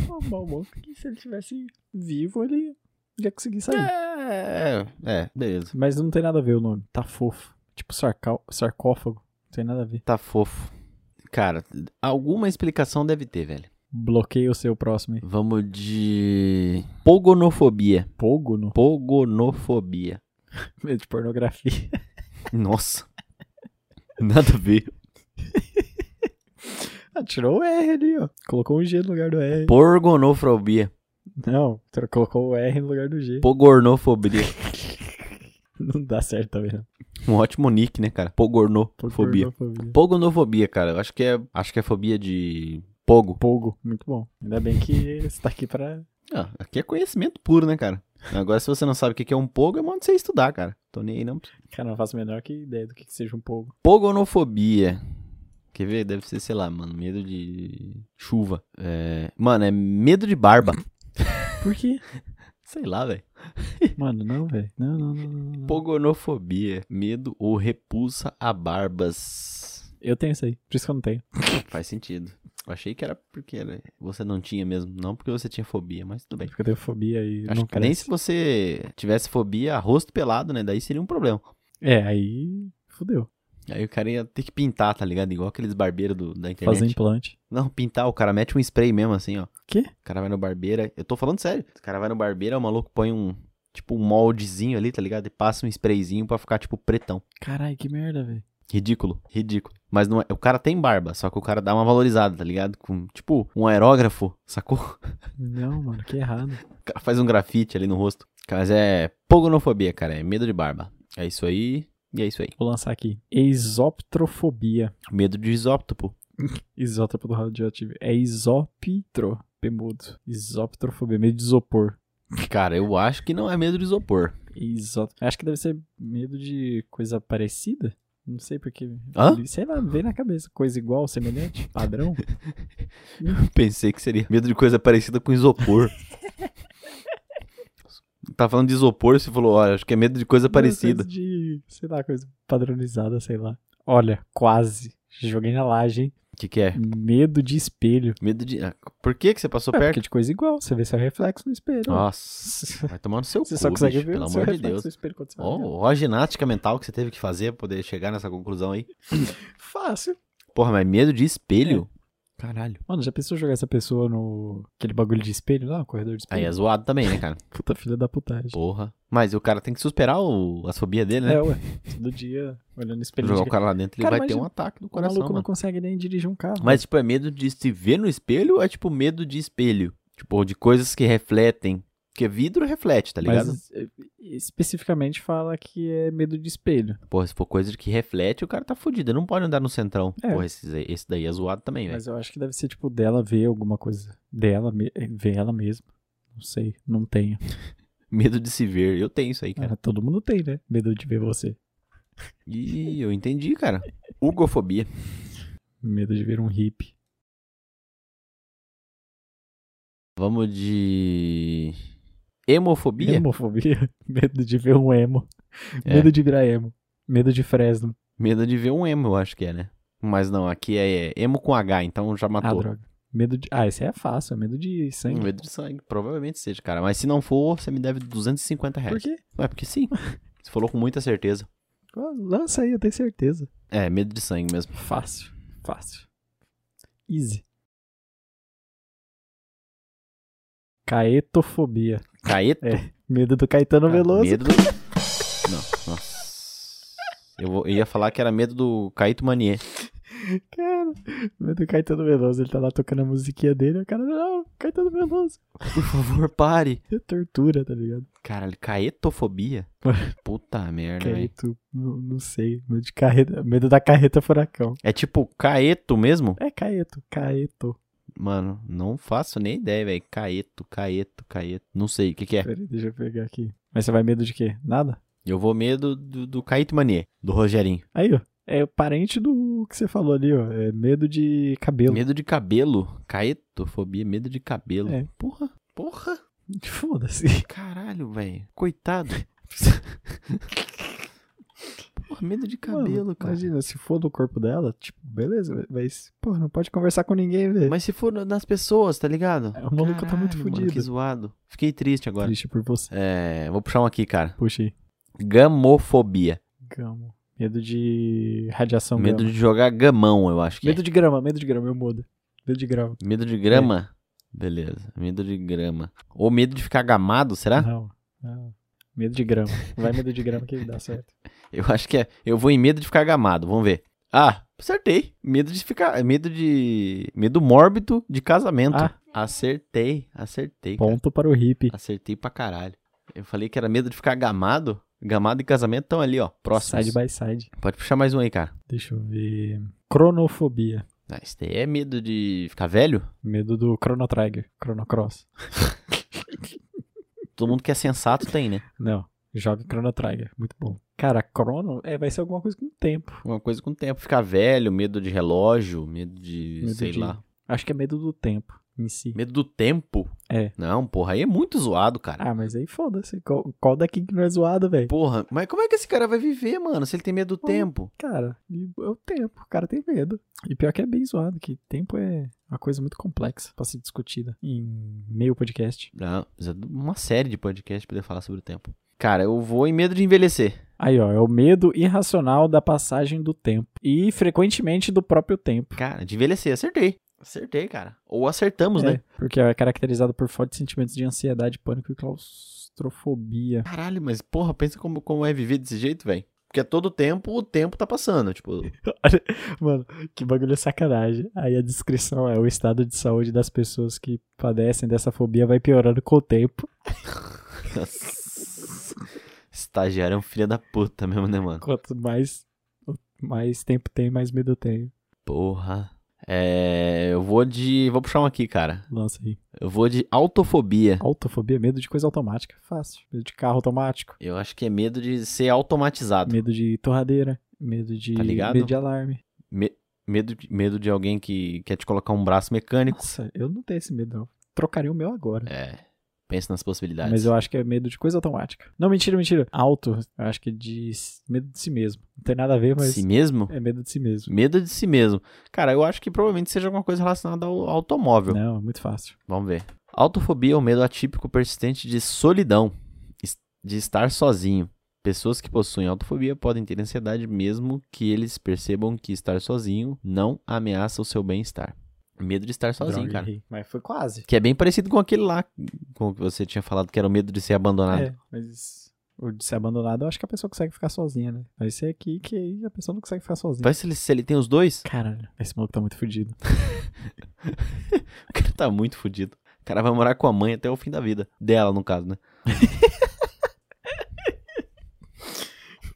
Speaker 2: Bom, bom, bom, porque se ele tivesse vivo, ele ia conseguir sair.
Speaker 1: É, é, beleza.
Speaker 2: Mas não tem nada a ver o nome, tá fofo. Tipo sarcal- sarcófago, não tem nada a ver.
Speaker 1: Tá fofo. Cara, alguma explicação deve ter, velho.
Speaker 2: Bloqueia o seu próximo aí.
Speaker 1: Vamos de. Pogonofobia.
Speaker 2: Pogo no
Speaker 1: Pogonofobia.
Speaker 2: meio de pornografia.
Speaker 1: Nossa. Nada a ver.
Speaker 2: Ah, tirou o R ali, ó. Colocou um G no lugar do R.
Speaker 1: Porgonofobia.
Speaker 2: Não, tro- colocou o R no lugar do G.
Speaker 1: Pogornofobia.
Speaker 2: Não dá certo também, né? não.
Speaker 1: Um ótimo nick, né, cara? Pogornofobia.
Speaker 2: Pornofobia.
Speaker 1: Pogonofobia, cara. Eu acho que é, acho que é fobia de pogo.
Speaker 2: Pogo, muito bom. Ainda bem que você tá aqui pra.
Speaker 1: Ah, aqui é conhecimento puro, né, cara? Agora, se você não sabe o que que é um pogo, eu mando você estudar, cara. Tô nem aí, não.
Speaker 2: Cara, não faço a menor que ideia do que, que seja um pogo.
Speaker 1: Pogonofobia. Quer ver? Deve ser, sei lá, mano, medo de chuva. É... Mano, é medo de barba.
Speaker 2: Por quê?
Speaker 1: Sei lá, velho.
Speaker 2: Mano, não, velho. Não, não, não, não, não.
Speaker 1: Pogonofobia. Medo ou repulsa a barbas.
Speaker 2: Eu tenho isso aí. Por isso que eu não tenho.
Speaker 1: Faz sentido. Eu achei que era porque era- você não tinha mesmo. Não porque você tinha fobia, mas tudo bem.
Speaker 2: Porque eu tenho fobia e
Speaker 1: Acho
Speaker 2: não
Speaker 1: que nem
Speaker 2: cresce.
Speaker 1: se você tivesse fobia a rosto pelado, né? Daí seria um problema.
Speaker 2: É, aí. Fudeu.
Speaker 1: Aí o cara ia ter que pintar, tá ligado? Igual aqueles barbeiros do- da internet.
Speaker 2: Fazer implante.
Speaker 1: Não, pintar, o cara mete um spray mesmo assim, ó.
Speaker 2: Quê?
Speaker 1: O cara vai no barbeiro. Eu tô falando sério. O cara vai no barbeiro, o maluco põe um. Tipo, um moldezinho ali, tá ligado? E passa um sprayzinho pra ficar, tipo, pretão.
Speaker 2: Caralho, que merda, velho.
Speaker 1: Ridículo, ridículo. Mas não é. O cara tem barba, só que o cara dá uma valorizada, tá ligado? Com, tipo, um aerógrafo, sacou? O
Speaker 2: Não, mano, que errado.
Speaker 1: cara faz um grafite ali no rosto. Mas é pogonofobia, cara. É medo de barba. É isso aí. E é isso aí.
Speaker 2: Vou lançar aqui. Exoptrofobia.
Speaker 1: Medo de isóptopo.
Speaker 2: Isótopo do radioativo. É isoptro. Bemudo. Isoptrofobia. Medo de isopor.
Speaker 1: Cara, eu acho que não é medo de isopor.
Speaker 2: Isot... Acho que deve ser medo de coisa parecida. Não sei porque.
Speaker 1: Hã?
Speaker 2: Sei lá, vem na cabeça. Coisa igual, semelhante, padrão.
Speaker 1: Pensei que seria medo de coisa parecida com isopor. tá falando de isopor, você falou, olha, acho que é medo de coisa parecida.
Speaker 2: Coisa de, sei lá, coisa padronizada, sei lá. Olha, quase. Joguei na laje, hein?
Speaker 1: O que, que é?
Speaker 2: Medo de espelho.
Speaker 1: Medo de. ah, Por que, que você passou
Speaker 2: É,
Speaker 1: perto?
Speaker 2: porque de coisa igual. Você vê seu reflexo no espelho.
Speaker 1: Nossa, vai tomar no seu
Speaker 2: Você
Speaker 1: cu,
Speaker 2: só consegue
Speaker 1: bicho,
Speaker 2: ver
Speaker 1: pelo
Speaker 2: o seu
Speaker 1: amor de
Speaker 2: reflexo
Speaker 1: Deus.
Speaker 2: no espelho quando você vai olhar.
Speaker 1: Ó, ó a ginástica mental que você teve que fazer pra poder chegar nessa conclusão aí.
Speaker 2: Fácil.
Speaker 1: Porra, mas medo de espelho?
Speaker 2: É.
Speaker 1: Caralho.
Speaker 2: Mano, já pensou jogar essa pessoa no... Aquele bagulho de espelho lá? um Corredor de espelho?
Speaker 1: Aí é zoado também, né, cara?
Speaker 2: Puta filha da putagem.
Speaker 1: Porra. Mas o cara tem que superar o, a fobia dele, né?
Speaker 2: É, ué. Todo dia, olhando no espelho.
Speaker 1: Jogar
Speaker 2: de-
Speaker 1: o cara lá dentro, ele
Speaker 2: Cara,
Speaker 1: vai ter
Speaker 2: imagina,
Speaker 1: um ataque no
Speaker 2: O
Speaker 1: coração,
Speaker 2: maluco não
Speaker 1: mano.
Speaker 2: consegue nem dirigir um carro.
Speaker 1: Mas, tipo, é medo de se ver no espelho ou é, tipo, medo de espelho? Tipo, de coisas que refletem. Porque vidro reflete, tá ligado?
Speaker 2: Mas, eh, especificamente fala que é medo de espelho.
Speaker 1: Porra, se for coisa que reflete, o cara tá fudido. Ele não pode andar no centrão.
Speaker 2: É.
Speaker 1: Porra, esse, esse daí é zoado também, velho.
Speaker 2: Mas eu acho que deve ser, tipo, dela ver alguma coisa. Dela, me- eh, ver ela mesma. Não sei, não tenho.
Speaker 1: Medo de se ver. Eu tenho isso aí, cara.
Speaker 2: Ah, todo mundo tem, né? Medo de ver você.
Speaker 1: Ih, eu entendi, cara. Ugofobia.
Speaker 2: Medo de ver um hippie.
Speaker 1: Vamos de. Hemofobia?
Speaker 2: Hemofobia? Medo de ver um emo.
Speaker 1: É.
Speaker 2: Medo de virar emo. Medo de Fresno.
Speaker 1: Medo de ver um emo, eu acho que é, né? Mas não, aqui é emo com H, então já
Speaker 2: Ah,
Speaker 1: matou. Um
Speaker 2: droga. Medo de. Ah, esse é fácil. é Medo de sangue.
Speaker 1: medo de sangue. Provavelmente seja, cara. Mas se não for, você me deve 250 reais.
Speaker 2: Por quê?
Speaker 1: Ué, porque sim. Você falou com muita certeza.
Speaker 2: Ah, Lança aí, eu tenho certeza.
Speaker 1: É, medo de sangue mesmo.
Speaker 2: Fácil. Fácil. Easy. Caetofobia.
Speaker 1: Caeto.
Speaker 2: É, Medo do Caetano Veloso.
Speaker 1: Medo do... Não, nossa. Eu, vou- eu ia falar que era medo do Caíto Manier.
Speaker 2: Cara, medo do Caetano Veloso. Ele tá lá tocando a musiquinha dele. O cara, não, Caetano Veloso.
Speaker 1: Por favor, pare.
Speaker 2: É tortura, tá ligado?
Speaker 1: Caralho, caetofobia? Puta merda, velho.
Speaker 2: Caeto, não, não sei. Medo, de carreta, medo da carreta furacão.
Speaker 1: É tipo caeto mesmo?
Speaker 2: É caeto, caeto.
Speaker 1: Mano, não faço nem ideia, velho. Caeto, caeto, caeto. Não sei, o que que é?
Speaker 2: Peraí, deixa eu pegar aqui. Mas você vai medo de quê? Nada?
Speaker 1: Eu vou medo do, do Caíto Manier, do Rogerinho.
Speaker 2: Aí, ó. É o parente do que você falou ali, ó. É medo de cabelo.
Speaker 1: Medo de cabelo. Caetofobia, medo de cabelo.
Speaker 2: É.
Speaker 1: Porra, porra.
Speaker 2: Foda-se.
Speaker 1: Caralho, velho. Coitado. Porra, medo de cabelo,
Speaker 2: Mano,
Speaker 1: cara.
Speaker 2: Imagina, se for do corpo dela, tipo, beleza, mas, pô, não pode conversar com ninguém, velho.
Speaker 1: Mas se for no- nas pessoas, tá ligado?
Speaker 2: É, o maluco tá muito
Speaker 1: Caralho, Mano,
Speaker 2: fudido.
Speaker 1: que zoado. Fiquei triste agora.
Speaker 2: Triste por você.
Speaker 1: É, vou puxar um aqui, cara.
Speaker 2: Puxa aí.
Speaker 1: Gamofobia.
Speaker 2: Gamo. Medo de radiação
Speaker 1: medo
Speaker 2: grama.
Speaker 1: de jogar gamão, eu acho que
Speaker 2: Então, Medo de grama, medo de grama, eu mudo. Medo de grama.
Speaker 1: é. Medo de grama. Beleza. Medo de grama. Ou medo de ficar gamado, será?
Speaker 2: Não, não. Medo de grama. Vai medo de grama que dá certo.
Speaker 1: Eu acho que é. Eu vou em medo de ficar gamado, vamos ver. Ah, acertei. Medo de ficar. Medo de. Medo mórbido de casamento.
Speaker 2: Ah.
Speaker 1: Acertei, acertei. cara.
Speaker 2: Ponto para o hippie.
Speaker 1: Acertei pra caralho. Eu falei que era medo de ficar gamado. Gamado e casamento estão ali, ó. Próximos.
Speaker 2: Side by side.
Speaker 1: Pode puxar mais um aí, cara.
Speaker 2: Deixa eu ver. Cronofobia.
Speaker 1: Ah, esse daí é medo de ficar velho?
Speaker 2: Medo do Chrono Trigger. Chrono Cross.
Speaker 1: Todo mundo que é sensato tem, né?
Speaker 2: Não. Joga Chrono Trigger. Muito bom. Cara, Chrono é, vai ser alguma coisa com o tempo.
Speaker 1: Uma coisa com o tempo. Ficar velho, medo de relógio, medo de.
Speaker 2: Medo
Speaker 1: sei
Speaker 2: de-
Speaker 1: lá.
Speaker 2: Acho que é medo do tempo em si.
Speaker 1: Medo do tempo?
Speaker 2: É.
Speaker 1: Não, porra, aí é muito zoado, cara.
Speaker 2: Ah, mas aí foda-se. Qual, qual daqui que não é zoado, velho?
Speaker 1: Porra, mas como é que esse cara vai viver, mano, se ele tem medo do
Speaker 2: Pô.
Speaker 1: tempo?
Speaker 2: Cara, e é o tempo. O cara tem medo. E pior que é bem zoado, que tempo é uma coisa muito complexa pra ser discutida em meio podcast.
Speaker 1: Não, precisa de uma série de podcast pra poder falar sobre o tempo. Cara, eu vou em medo de envelhecer.
Speaker 2: Aí, ó, é o medo irracional da passagem do tempo. E frequentemente do próprio tempo.
Speaker 1: Cara, de envelhecer, acertei. Acertei, cara. Ou acertamos,
Speaker 2: É,
Speaker 1: né?
Speaker 2: Porque é caracterizado por fortes sentimentos de ansiedade, pânico e claustrofobia.
Speaker 1: Caralho, mas porra, pensa como, como é viver desse jeito, velho. Porque a todo tempo o tempo tá passando, tipo.
Speaker 2: Mano, que bagulho é sacanagem. Aí a descrição é o estado de saúde das pessoas que padecem dessa fobia vai piorando com o tempo.
Speaker 1: Estagiário é um filho da puta mesmo, né, mano?
Speaker 2: Quanto mais, mais tempo tem, mais medo eu tenho.
Speaker 1: Porra. É. Eu vou de. Vou puxar um aqui, cara.
Speaker 2: Lança aí.
Speaker 1: Eu vou de autofobia.
Speaker 2: Autofobia, medo de coisa automática. Fácil. Medo de carro automático.
Speaker 1: Eu acho que é medo de ser automatizado.
Speaker 2: Medo de torradeira. Medo de,
Speaker 1: Tá ligado?
Speaker 2: medo de alarme.
Speaker 1: Me- medo, de, medo de alguém que quer te colocar um braço mecânico.
Speaker 2: Nossa, eu não tenho esse medo, não. Trocaria o meu agora.
Speaker 1: É. Pense nas possibilidades.
Speaker 2: Mas eu acho que é medo de coisa automática. Não, mentira, mentira. Auto, eu acho que é de s- medo de si mesmo. Não tem nada a ver, mas
Speaker 1: Si mesmo?
Speaker 2: é medo de si mesmo.
Speaker 1: Medo de si mesmo. Cara, eu acho que provavelmente seja alguma coisa relacionada ao automóvel.
Speaker 2: Não, é muito fácil.
Speaker 1: Vamos ver. Autofobia é o medo atípico persistente de solidão, es- de estar sozinho. Pessoas que possuem autofobia podem ter ansiedade mesmo que eles percebam que estar sozinho não ameaça o seu bem-estar. Medo de estar sozinho,
Speaker 2: Droga,
Speaker 1: cara.
Speaker 2: errei. Mas foi quase.
Speaker 1: Que é bem parecido com aquele lá com o que você tinha falado, que era o medo de ser abandonado.
Speaker 2: É, mas o de ser abandonado, eu acho que a pessoa consegue ficar sozinha, né? Vai ser aqui que aí a pessoa não consegue ficar sozinha.
Speaker 1: Vai se ele, se ele tem os dois,
Speaker 2: Caralho, esse maluco tá muito fudido.
Speaker 1: o cara tá muito fudido. O cara vai morar com a mãe até o fim da vida. Dela, no caso, né?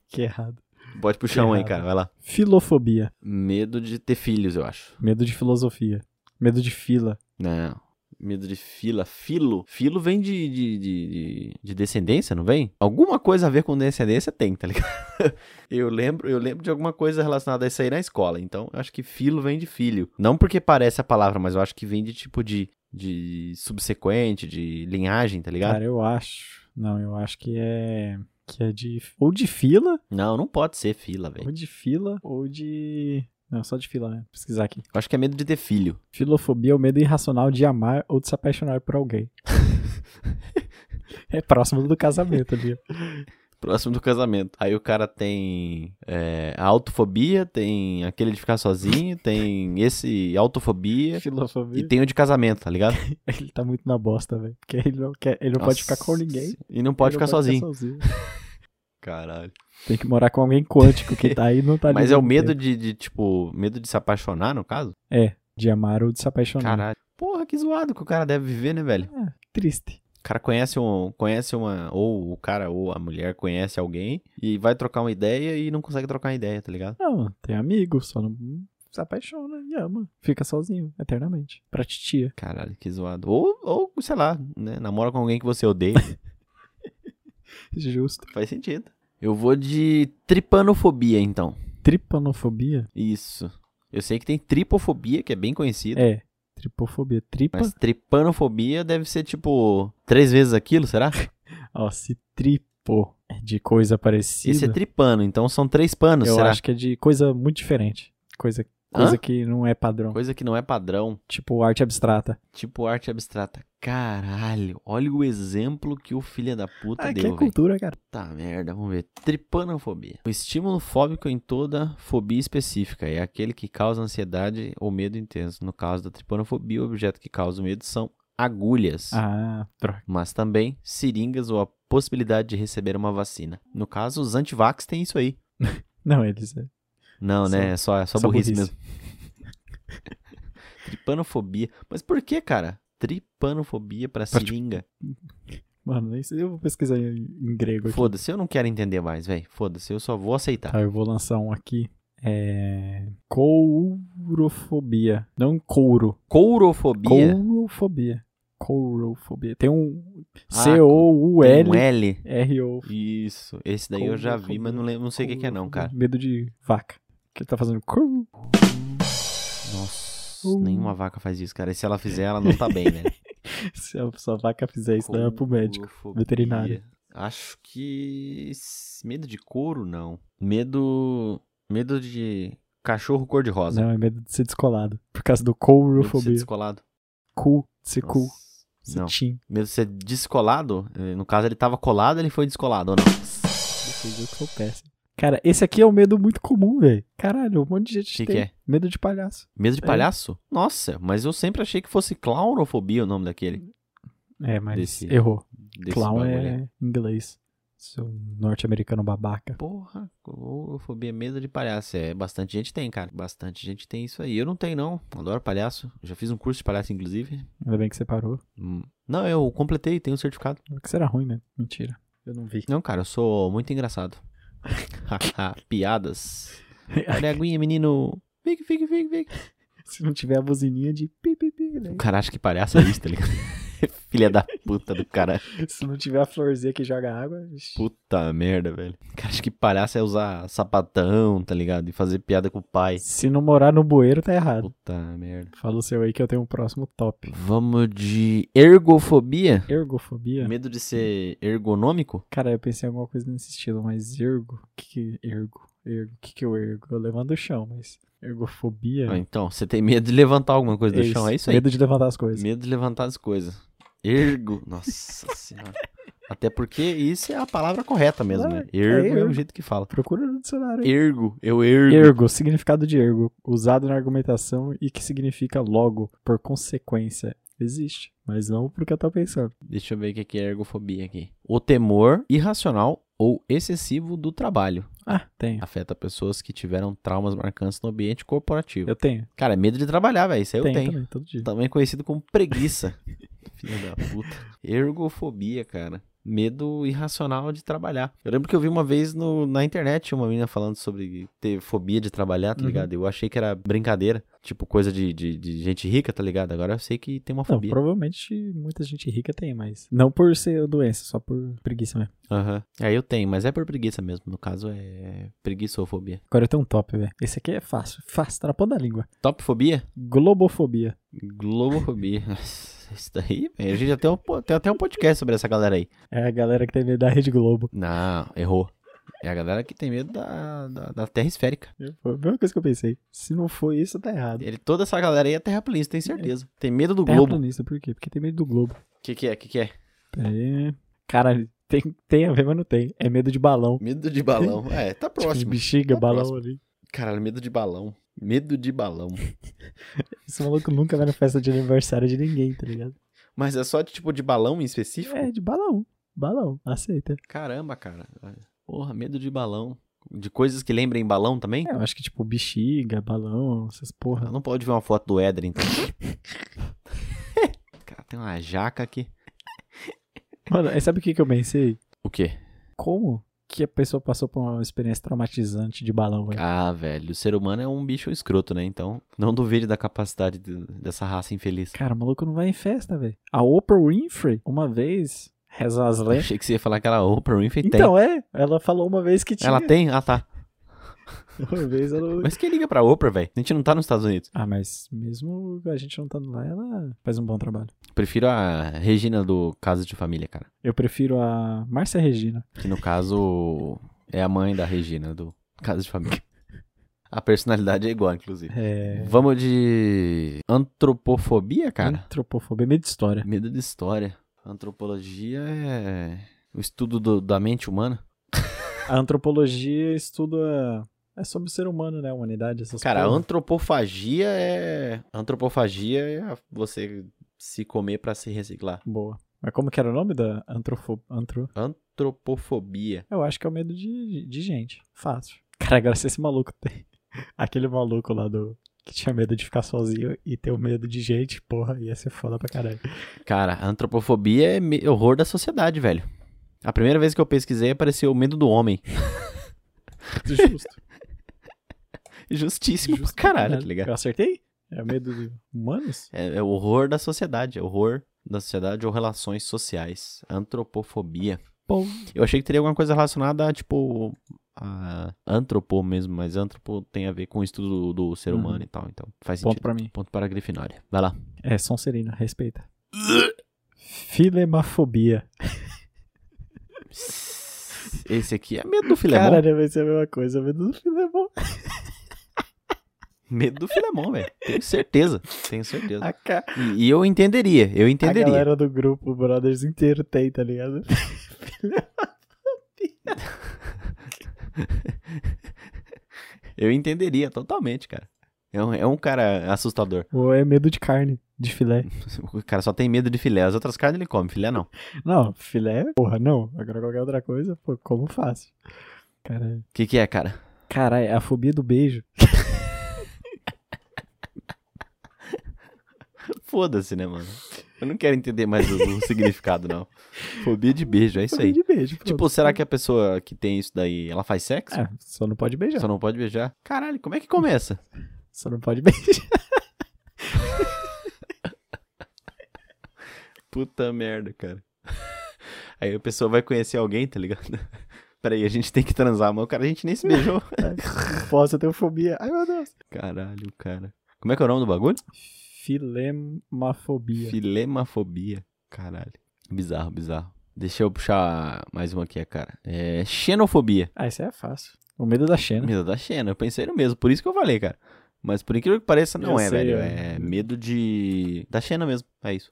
Speaker 2: Que errado.
Speaker 1: Pode puxar um aí,
Speaker 2: Errado.
Speaker 1: cara. Vai lá.
Speaker 2: Filofobia.
Speaker 1: Medo de ter filhos, eu acho.
Speaker 2: Medo de filosofia. Medo de fila.
Speaker 1: Não. Medo de fila. Filo. Filo vem de, de, de, de- de descendência, não vem? Alguma coisa a ver com descendência tem, tá ligado? eu, lembro, eu lembro de alguma coisa relacionada a isso aí na escola. Então, eu acho que filo vem de filho. Não porque parece a palavra, mas eu acho que vem de tipo de, de subsequente, de linhagem, tá ligado?
Speaker 2: Cara, eu acho. Não, eu acho que é. Que é de. Ou de fila,
Speaker 1: Não, não pode ser fila, velho.
Speaker 2: Ou de fila, ou de. Não, só de fila, né? Vou Pesquisar aqui.
Speaker 1: Eu acho que é medo de ter filho.
Speaker 2: Filofobia é o medo irracional de amar ou de se apaixonar por alguém. é próximo do casamento ali.
Speaker 1: Próximo do casamento. Aí o cara tem é, a autofobia, tem aquele de ficar sozinho, tem esse autofobia. E
Speaker 2: Filofobia.
Speaker 1: tem o de casamento, tá ligado?
Speaker 2: Ele tá muito na bosta, velho. Porque ele não, quer, ele não pode
Speaker 1: Nossa.
Speaker 2: ficar com ninguém.
Speaker 1: E não pode
Speaker 2: ele
Speaker 1: ficar
Speaker 2: não
Speaker 1: sozinho.
Speaker 2: sozinho.
Speaker 1: Caralho.
Speaker 2: Tem que morar com alguém quântico que tá aí e não tá ali
Speaker 1: Mas é o
Speaker 2: mesmo
Speaker 1: medo
Speaker 2: tempo.
Speaker 1: de, de, tipo, medo de se apaixonar, no caso?
Speaker 2: de amar ou de se apaixonar.
Speaker 1: Caralho. Porra, que zoado que o cara deve viver, né, velho?
Speaker 2: É, triste.
Speaker 1: O cara conhece um. Conhece uma. Ou o cara ou a mulher conhece alguém e vai trocar uma ideia e não consegue trocar uma ideia, tá ligado?
Speaker 2: Não, tem amigo, só não se apaixona e ama. Fica sozinho, eternamente. Pra titia.
Speaker 1: Caralho, que zoado. Ou, ou sei lá, né? Namora com alguém que você odeia.
Speaker 2: Justo.
Speaker 1: Faz sentido. Eu vou de tripanofobia, então.
Speaker 2: Tripanofobia?
Speaker 1: Isso. Eu sei que tem tripofobia, que é bem conhecida.
Speaker 2: É, tripofobia. Tripa.
Speaker 1: Mas tripanofobia deve ser tipo três vezes aquilo, será?
Speaker 2: Ó, se tripo é de coisa parecida,
Speaker 1: Isso é tripano, então são três panos,
Speaker 2: eu
Speaker 1: será?
Speaker 2: acho que é de coisa muito diferente. Coisa,
Speaker 1: Hã?
Speaker 2: coisa que não é padrão.
Speaker 1: Coisa que não é padrão,
Speaker 2: Tipo arte abstrata.
Speaker 1: tipo arte abstrata. Caralho, olha o exemplo que o filho da puta
Speaker 2: Aqui
Speaker 1: deu,
Speaker 2: é
Speaker 1: velho.
Speaker 2: cultura, cara.
Speaker 1: Tá merda, vamos ver. Tripanofobia. O estímulo fóbico em toda fobia específica é aquele que causa ansiedade ou medo intenso. No caso da tripanofobia, o objeto que causa o medo são agulhas.
Speaker 2: Ah, droga.
Speaker 1: mas também seringas ou a possibilidade de receber uma vacina. No caso, os antivax têm isso aí.
Speaker 2: Não, eles...
Speaker 1: Não,
Speaker 2: Só-
Speaker 1: né? É só, é só
Speaker 2: só
Speaker 1: burrice,
Speaker 2: burrice.
Speaker 1: mesmo. Tripanofobia. Mas por que, cara? Tripanofobia pra
Speaker 2: Pra, tipo,
Speaker 1: seringa?
Speaker 2: Mano, nem sei- eu vou pesquisar em, em grego aqui.
Speaker 1: Foda-se, eu não quero entender mais, velho. Foda-se, eu só vou aceitar.
Speaker 2: Tá, eu vou lançar um aqui. É. Courofobia. Não couro.
Speaker 1: Courofobia.
Speaker 2: Courofobia. Courofobia. Tem um
Speaker 1: Ah, Tem um
Speaker 2: C-O-U-L-R-O.
Speaker 1: L. Isso. Esse daí eu
Speaker 2: é
Speaker 1: já vi, mas não, lembro, não sei o que, que é não, cara.
Speaker 2: Medo de vaca. Que ele tá fazendo. couro.
Speaker 1: Nossa,
Speaker 2: Uh.
Speaker 1: nenhuma vaca faz isso, cara. E se ela fizer, ela não tá bem, né?
Speaker 2: Se a sua vaca fizer isso, daí é pro médico.
Speaker 1: Courofobia.
Speaker 2: veterinário.
Speaker 1: Acho que s- medo de couro não. Medo, medo de cachorro cor de rosa.
Speaker 2: Não, é medo de ser descolado. Por causa do
Speaker 1: Medo de ser
Speaker 2: courofobia.
Speaker 1: descolado.
Speaker 2: Cu, ser cu,
Speaker 1: Nossa.
Speaker 2: ser
Speaker 1: Não.
Speaker 2: tim.
Speaker 1: Medo de ser descolado. eh, No caso, ele tava colado, ele foi descolado ou não?
Speaker 2: Depois eu que sou péssimo. Cara, esse aqui é um medo muito comum, velho. Caralho, um monte de gente
Speaker 1: Que que
Speaker 2: tem.
Speaker 1: é?
Speaker 2: Medo de palhaço.
Speaker 1: Medo de
Speaker 2: É.
Speaker 1: palhaço? Nossa, mas eu sempre achei que fosse clownofobia o nome daquele.
Speaker 2: É, mas
Speaker 1: Desse-
Speaker 2: errou.
Speaker 1: desse
Speaker 2: Clown
Speaker 1: bagulho aí.
Speaker 2: é inglês. Seu norte-americano babaca.
Speaker 1: Porra, courofobia, medo de palhaço. É, bastante gente tem, cara. Bastante gente tem isso aí. Eu não tenho, não. Adoro palhaço. Já fiz um curso de palhaço, inclusive.
Speaker 2: Ainda bem que você parou.
Speaker 1: Hum. Não, eu completei, tenho um certificado.
Speaker 2: Porque será ruim, né? Mentira. Eu não vi.
Speaker 1: Não, cara, eu sou muito engraçado. Haha, Piadas. Olha a aguinha, menino. Fique, fique, fique, fique.
Speaker 2: Se não tiver a buzininha de pi, pi, pi, né?
Speaker 1: O cara acha que palhaço é isso, tá ligado? Filha da puta do cara.
Speaker 2: Se não tiver a florzinha que joga água. ixi.
Speaker 1: Puta merda, velho. O cara acha que palhaço é usar sapatão, tá ligado? E fazer piada com o pai.
Speaker 2: Se não morar no bueiro, tá errado.
Speaker 1: Puta merda.
Speaker 2: Fala o seu aí que eu tenho um próximo top.
Speaker 1: Vamos de ergofobia?
Speaker 2: Ergofobia?
Speaker 1: Medo de ser ergonômico?
Speaker 2: Cara, eu pensei em alguma coisa nesse estilo, mas ergo? O que, que ergo? Ergo? O que, que eu ergo? Eu levanto do chão, mas ergofobia.
Speaker 1: Ah, então, você tem medo de levantar alguma coisa do
Speaker 2: É. isso.
Speaker 1: chão, é isso aí?
Speaker 2: Medo de levantar as coisas.
Speaker 1: Medo de levantar as coisas. Ergo. Nossa senhora. Até porque isso é a palavra correta mesmo, né?
Speaker 2: É,
Speaker 1: Ergo é,
Speaker 2: ergo.
Speaker 1: o jeito que fala.
Speaker 2: Procura no dicionário. aí.
Speaker 1: Ergo, eu ergo.
Speaker 2: Ergo, significado de ergo, usado na argumentação e que significa logo, por consequência. Existe, mas não porque eu tô pensando.
Speaker 1: Deixa eu ver o que que é ergofobia aqui. O temor irracional ou excessivo do trabalho.
Speaker 2: Ah, tenho.
Speaker 1: Afeta pessoas que tiveram traumas marcantes no ambiente corporativo.
Speaker 2: Eu tenho.
Speaker 1: Cara, é medo de trabalhar, velho. Isso aí eu
Speaker 2: tenho,
Speaker 1: tenho.
Speaker 2: também, todo dia.
Speaker 1: Também é conhecido como preguiça. Filha da puta. Ergofobia, cara. Medo irracional de trabalhar. Eu lembro que eu vi uma vez no- na internet uma menina falando sobre ter fobia de trabalhar, tá
Speaker 2: Uhum.
Speaker 1: ligado? Eu achei que era brincadeira. Tipo, coisa de, de, de gente rica, tá ligado? Agora eu sei que tem uma
Speaker 2: Não,
Speaker 1: fobia.
Speaker 2: provavelmente muita gente rica tem, mas não por ser doença, só por preguiça né? mesmo.
Speaker 1: Aham. É, eu tenho, mas é por preguiça mesmo. No caso, é preguiçofobia.
Speaker 2: Agora eu tenho um top, velho. Esse aqui é fácil, fácil, tá na ponta da língua.
Speaker 1: Topfobia?
Speaker 2: Globofobia.
Speaker 1: Globofobia. Isso daí, velho. A gente já tem, um, po- tem até um podcast sobre essa galera aí.
Speaker 2: É a galera que tem medo da Rede Globo.
Speaker 1: Não, errou. É a galera que tem medo da, da, da terra esférica.
Speaker 2: Foi a mesma coisa que eu pensei. Se não for isso, tá errado.
Speaker 1: Ele, toda essa galera aí é terraplanista, tenho certeza. Tem medo
Speaker 2: É,
Speaker 1: do globo.
Speaker 2: Terraplanista, um por quê? Porque tem medo do Globo.
Speaker 1: O que, que é? O que, que é?
Speaker 2: Pera aí. Caralho, tem, tem a ver, mas não tem. É medo de balão.
Speaker 1: Medo de balão. É, tá
Speaker 2: Tipo de
Speaker 1: próximo.
Speaker 2: bexiga,
Speaker 1: Tá
Speaker 2: balão
Speaker 1: próximo.
Speaker 2: ali.
Speaker 1: Caralho, medo de balão. Medo de balão.
Speaker 2: Esse maluco nunca vai na festa de aniversário de ninguém, tá ligado?
Speaker 1: Mas é só de tipo de balão em específico?
Speaker 2: É, de balão. Balão, aceita.
Speaker 1: Caramba, cara. Porra, medo de balão. De coisas que lembrem balão também?
Speaker 2: É, eu acho que tipo bexiga, balão, essas porra.
Speaker 1: Não pode ver uma foto do Éder, então. cara, tem uma jaca aqui.
Speaker 2: Mano, aí sabe o que, que eu pensei?
Speaker 1: O quê?
Speaker 2: Como que a pessoa passou por uma experiência traumatizante de balão, velho?
Speaker 1: Ah, velho, o ser humano é um bicho escroto, né? Então, não duvide da capacidade de- dessa raça infeliz.
Speaker 2: Cara, o maluco não vai em festa, velho. A Oprah Winfrey, uma vez, reza as lendas.
Speaker 1: Achei que você ia falar que era Oprah Winfrey.
Speaker 2: é? Então, é. Ela falou uma vez que
Speaker 1: tem.
Speaker 2: tinha.
Speaker 1: Ela tem? Ah, tá.
Speaker 2: Uma vez ela...
Speaker 1: Mas quem liga pra Oprah, velho? A gente não tá nos Estados Unidos.
Speaker 2: Ah, mas mesmo a gente não estando lá, ela faz um bom trabalho.
Speaker 1: Prefiro a Regina do Caso de Família, cara.
Speaker 2: Eu prefiro a Márcia Regina.
Speaker 1: Que no caso é a mãe da Regina do Caso de Família. A personalidade é igual, inclusive.
Speaker 2: É...
Speaker 1: Vamos de antropofobia,
Speaker 2: Hum.
Speaker 1: cara?
Speaker 2: Antropofobia, medo de história.
Speaker 1: Medo de história. Antropologia é o estudo do- da mente humana.
Speaker 2: A antropologia estuda... É sobre o ser humano, né? A humanidade, essas
Speaker 1: Cara, a
Speaker 2: coisas.
Speaker 1: antropofagia é. Antropofagia é você se comer pra se reciclar.
Speaker 2: Boa. Mas como que era o nome da antrofo... Antro...
Speaker 1: Antropofobia.
Speaker 2: Eu acho que é o medo de, de gente. Fácil. Cara, agora se esse maluco tem Aquele maluco lá do. Que tinha medo de ficar sozinho e ter o medo de gente, porra, ia ser foda pra caralho.
Speaker 1: Cara, a antropofobia é me- horror da sociedade, velho. A primeira vez que eu pesquisei apareceu o medo do homem.
Speaker 2: Justo.
Speaker 1: Justíssimo pra caralho, tá ligado?
Speaker 2: Eu acertei? É medo de humanos?
Speaker 1: É, é o horror da sociedade, é o horror da sociedade ou relações sociais. Antropofobia.
Speaker 2: Bom.
Speaker 1: Eu achei que teria alguma coisa relacionada a, tipo, a antropo mesmo, mas antropo tem a ver com o estudo do, do ser
Speaker 2: Uhum.
Speaker 1: humano e tal, então faz
Speaker 3: Ponto
Speaker 1: sentido.
Speaker 3: pra mim.
Speaker 1: Ponto para a Grifinória. Vai lá.
Speaker 2: É Sonserina, respeita. Filemafobia.
Speaker 1: Esse aqui é medo do Filemon.
Speaker 2: Caralho, vai ser a mesma coisa, medo do Filemon.
Speaker 1: Medo do Filemon, velho. Tenho certeza. Tenho certeza.
Speaker 2: A, ca...
Speaker 1: E, e eu entenderia, eu
Speaker 2: a
Speaker 1: entenderia.
Speaker 2: galera do grupo Brothers inteiro tem, tá ligado?
Speaker 1: Eu entenderia totalmente, cara. É um, é um cara assustador.
Speaker 2: Ou é medo de carne, de filé.
Speaker 1: O cara só tem medo de filé. As outras carnes ele come, filé não.
Speaker 2: Não, filé, porra, não. Agora qualquer outra coisa, pô, como fácil. Caralho.
Speaker 1: O que, que é, cara?
Speaker 2: Caralho, é a fobia do beijo.
Speaker 1: Foda-se, né, mano? Eu não quero entender mais o, o significado, não. Fobia de beijo, é isso
Speaker 2: Fobia
Speaker 1: aí.
Speaker 2: de beijo. pronto.
Speaker 1: Tipo, será que a pessoa que tem isso daí, ela faz sexo?
Speaker 2: É, só não pode beijar.
Speaker 1: Só não pode beijar? Caralho, como é que começa?
Speaker 2: Só não pode beijar.
Speaker 1: Puta merda, cara. Aí a pessoa vai conhecer alguém, tá ligado? Peraí, a gente tem que transar, mas o cara a gente nem se beijou.
Speaker 2: Não né? posso, eu tenho fobia. Ai, meu Deus.
Speaker 1: Caralho, cara. Como é que é o nome do bagulho?
Speaker 2: Filemafobia.
Speaker 1: Filemafobia. Caralho. Bizarro, bizarro. Deixa eu puxar mais uma aqui, cara. É xenofobia.
Speaker 2: Ah, isso aí é fácil. O medo da Xena.
Speaker 1: Medo da Xena. Eu pensei no mesmo, por isso que eu falei, cara. Mas por incrível que pareça, não
Speaker 2: Eu
Speaker 1: é,
Speaker 2: sei,
Speaker 1: velho.
Speaker 2: eu-
Speaker 1: É medo de. Da Xena mesmo. É isso.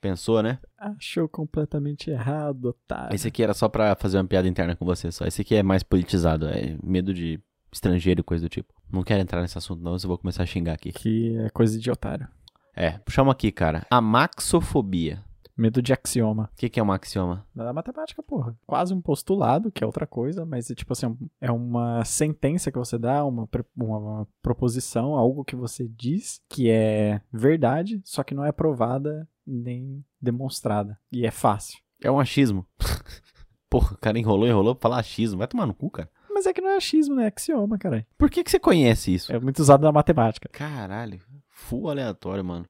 Speaker 1: Pensou, né?
Speaker 2: Achou completamente errado, otário.
Speaker 1: Esse aqui era só pra fazer uma piada interna com você só. Esse aqui é mais politizado. É medo de estrangeiro e coisa do tipo. Não quero entrar nesse assunto, não, senão eu vou começar a xingar aqui.
Speaker 2: Que é coisa de otário.
Speaker 1: É, chama aqui, cara. Amaxofobia.
Speaker 2: Medo de axioma.
Speaker 1: O que, que é um axioma?
Speaker 2: Na matemática, porra. Quase um postulado, que é outra coisa, mas é tipo assim, um- é uma sentença que você dá, uma, pre- uma- uma proposição, algo que você diz que é verdade, só que não é provada nem demonstrada. E é fácil.
Speaker 1: É um achismo. Porra, o cara enrolou, enrolou pra falar achismo. Vai tomar no cu, cara.
Speaker 2: Mas é que não é achismo, né? É axioma, caralho.
Speaker 1: Por que, que você conhece isso?
Speaker 2: É muito usado na matemática.
Speaker 1: Caralho, full aleatório, mano.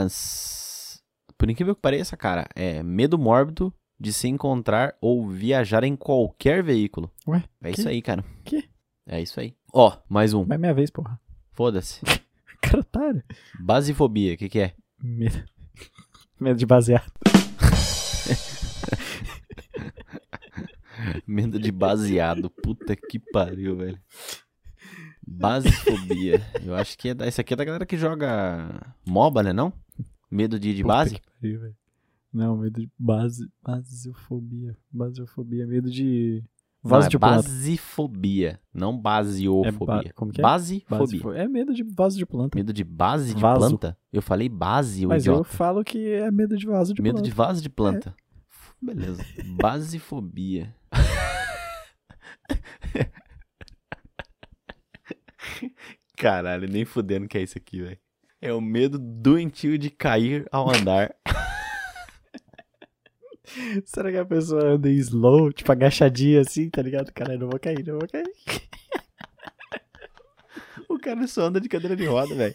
Speaker 1: Mas. Por incrível que pareça, cara, é medo mórbido de se encontrar ou viajar em qualquer veículo.
Speaker 2: Ué,
Speaker 1: É
Speaker 2: que?
Speaker 1: isso aí, cara.
Speaker 2: Que?
Speaker 1: É isso aí. Ó, mais um.
Speaker 2: Mas é minha vez, porra.
Speaker 1: Foda-se.
Speaker 2: Cara, otário.
Speaker 1: Basifobia, o que, que é?
Speaker 2: Medo, medo de basear.
Speaker 1: Medo de baseado. Puta que pariu, velho. Basifobia. Eu acho que é da... Isso aqui é da galera que joga MOBA, né? Não? Medo de ir de
Speaker 2: Puta
Speaker 1: base?
Speaker 2: que pariu, velho. Não, medo de base. Basiofobia. Basiofobia. Medo de. Vaso
Speaker 1: não,
Speaker 2: de tipo
Speaker 1: é basifobia, não baseofobia.
Speaker 2: É ba- como que é?
Speaker 1: Basifobia.
Speaker 2: Basifo- É medo de vaso de planta.
Speaker 1: Medo de base de
Speaker 2: Vaso.
Speaker 1: planta? Eu falei base, o
Speaker 2: Mas eu
Speaker 1: idiota.
Speaker 2: falo que é medo de vaso de
Speaker 1: Medo de
Speaker 2: planta. É.
Speaker 1: vaso de planta. Beleza. Basifobia. Caralho, nem fudendo que é isso aqui, velho. É o medo doentio de cair ao andar.
Speaker 2: Será que a pessoa anda em slow, tipo agachadinha assim, tá ligado? Caralho, não vou cair, não vou cair.
Speaker 1: o cara só anda de cadeira de roda, velho.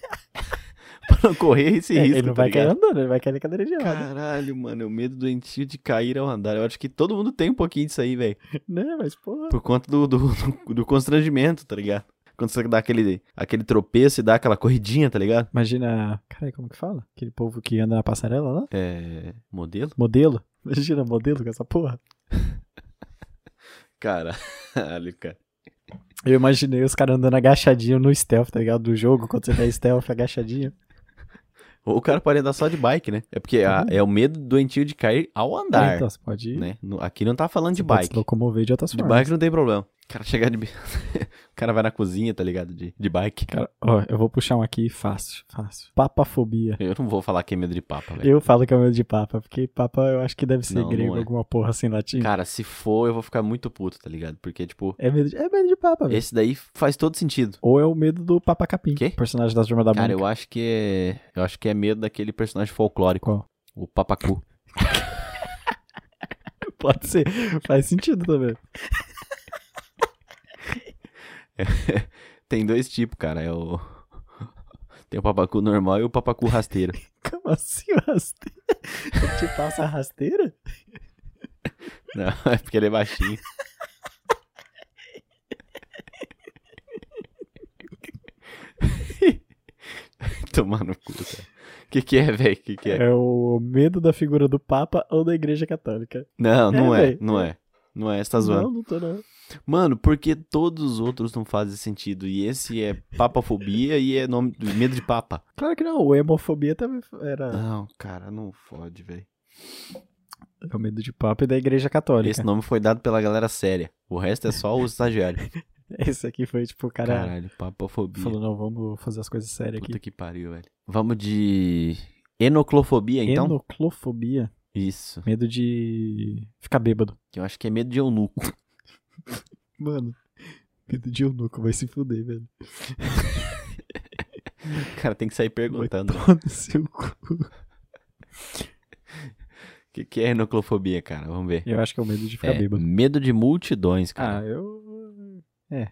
Speaker 1: pra não correr esse
Speaker 2: É,
Speaker 1: risco,
Speaker 2: ele não
Speaker 1: tá
Speaker 2: vai cair
Speaker 1: ligado?
Speaker 2: andando, ele vai cair na cadeira de roda.
Speaker 1: Caralho, mano, é o medo doentio de cair ao andar. Eu acho que todo mundo tem um pouquinho disso aí, velho.
Speaker 2: Né, mas porra.
Speaker 1: Por conta do, do, do- do constrangimento, tá ligado? Quando você dá aquele, aquele tropeço e dá aquela corridinha, tá ligado?
Speaker 2: Imagina. Caralho, como que fala? Aquele povo que anda na passarela lá?
Speaker 1: É. Modelo?
Speaker 2: Modelo? Imagina modelo com essa porra.
Speaker 1: Caralho, cara.
Speaker 2: Eu imaginei os caras andando agachadinho no stealth, tá ligado? Do jogo, quando você tá stealth agachadinho.
Speaker 1: Ou o cara pode andar só de bike, né? É porque a- é o medo doentio de cair ao andar.
Speaker 2: Então, você pode ir.
Speaker 1: né? No- Aqui não tá falando de
Speaker 2: Pode
Speaker 1: bike.
Speaker 2: se locomover de outras
Speaker 1: De
Speaker 2: formas.
Speaker 1: bike não tem problema. O cara chegar de. bi- o cara vai na cozinha, tá ligado? De, de bike.
Speaker 2: Cara, ó, eu vou puxar um aqui fácil, fácil. Papafobia.
Speaker 1: Eu não vou falar que é medo de papa, velho.
Speaker 2: Eu falo que é o medo de papa, porque papa eu acho que deve ser
Speaker 1: Não, não
Speaker 2: grego,
Speaker 1: é.
Speaker 2: alguma porra assim latim.
Speaker 1: Cara, se for, eu vou ficar muito puto, tá ligado? Porque, tipo,
Speaker 2: É, medo de, é medo de papa, velho.
Speaker 1: esse daí faz todo sentido.
Speaker 2: Ou é o medo do Papa Capim,
Speaker 1: Quê?
Speaker 2: personagem da Turma da
Speaker 1: Cara,
Speaker 2: Mônica.
Speaker 1: eu acho que é. Eu acho que é medo daquele personagem folclórico.
Speaker 2: Qual?
Speaker 1: O papacu.
Speaker 2: Pode ser. Faz sentido também.
Speaker 1: Tem dois tipos, cara. É o. Tem o papacu normal e o papacu rasteiro.
Speaker 2: Como assim o rasteira? Ele te passa a rasteira?
Speaker 1: Não, é porque ele é baixinho. Tomar no cu, cara. Que que é, velho? Que que é?
Speaker 2: É o medo da figura do Papa ou da Igreja Católica.
Speaker 1: Não, não
Speaker 2: É,
Speaker 1: é,
Speaker 2: véi.
Speaker 1: não é. Não é, você tá zoando.
Speaker 2: Não, não tô não.
Speaker 1: Mano, porque todos os outros não fazem sentido. E esse é papafobia e é nome medo de papa.
Speaker 2: Claro que não, o hemofobia também era...
Speaker 1: Não, cara, não fode, velho.
Speaker 2: É o medo de Papa e da Igreja Católica.
Speaker 1: Ah. Esse nome foi dado pela galera séria. O resto é só o estagiário.
Speaker 2: Esse aqui foi tipo o cara
Speaker 1: Caralho, papafobia.
Speaker 2: falou, não, vamos fazer as coisas sérias
Speaker 1: Puta que
Speaker 2: aqui.
Speaker 1: pariu, velho. Vamos de enoclofobia, então?
Speaker 2: Enoclofobia,
Speaker 1: Isso.
Speaker 2: medo de ficar bêbado.
Speaker 1: Que eu acho que é medo de eunuco.
Speaker 2: Mano, medo de eunuco, vai se fuder, velho.
Speaker 1: O cara tem que sair perguntando. O
Speaker 2: Vai tomar no seu cu.
Speaker 1: que, que é enoclofobia, cara? Vamos ver.
Speaker 2: Eu acho que é o medo de ficar
Speaker 1: É,
Speaker 2: bêbado.
Speaker 1: medo de multidões, cara.
Speaker 2: Ah, eu...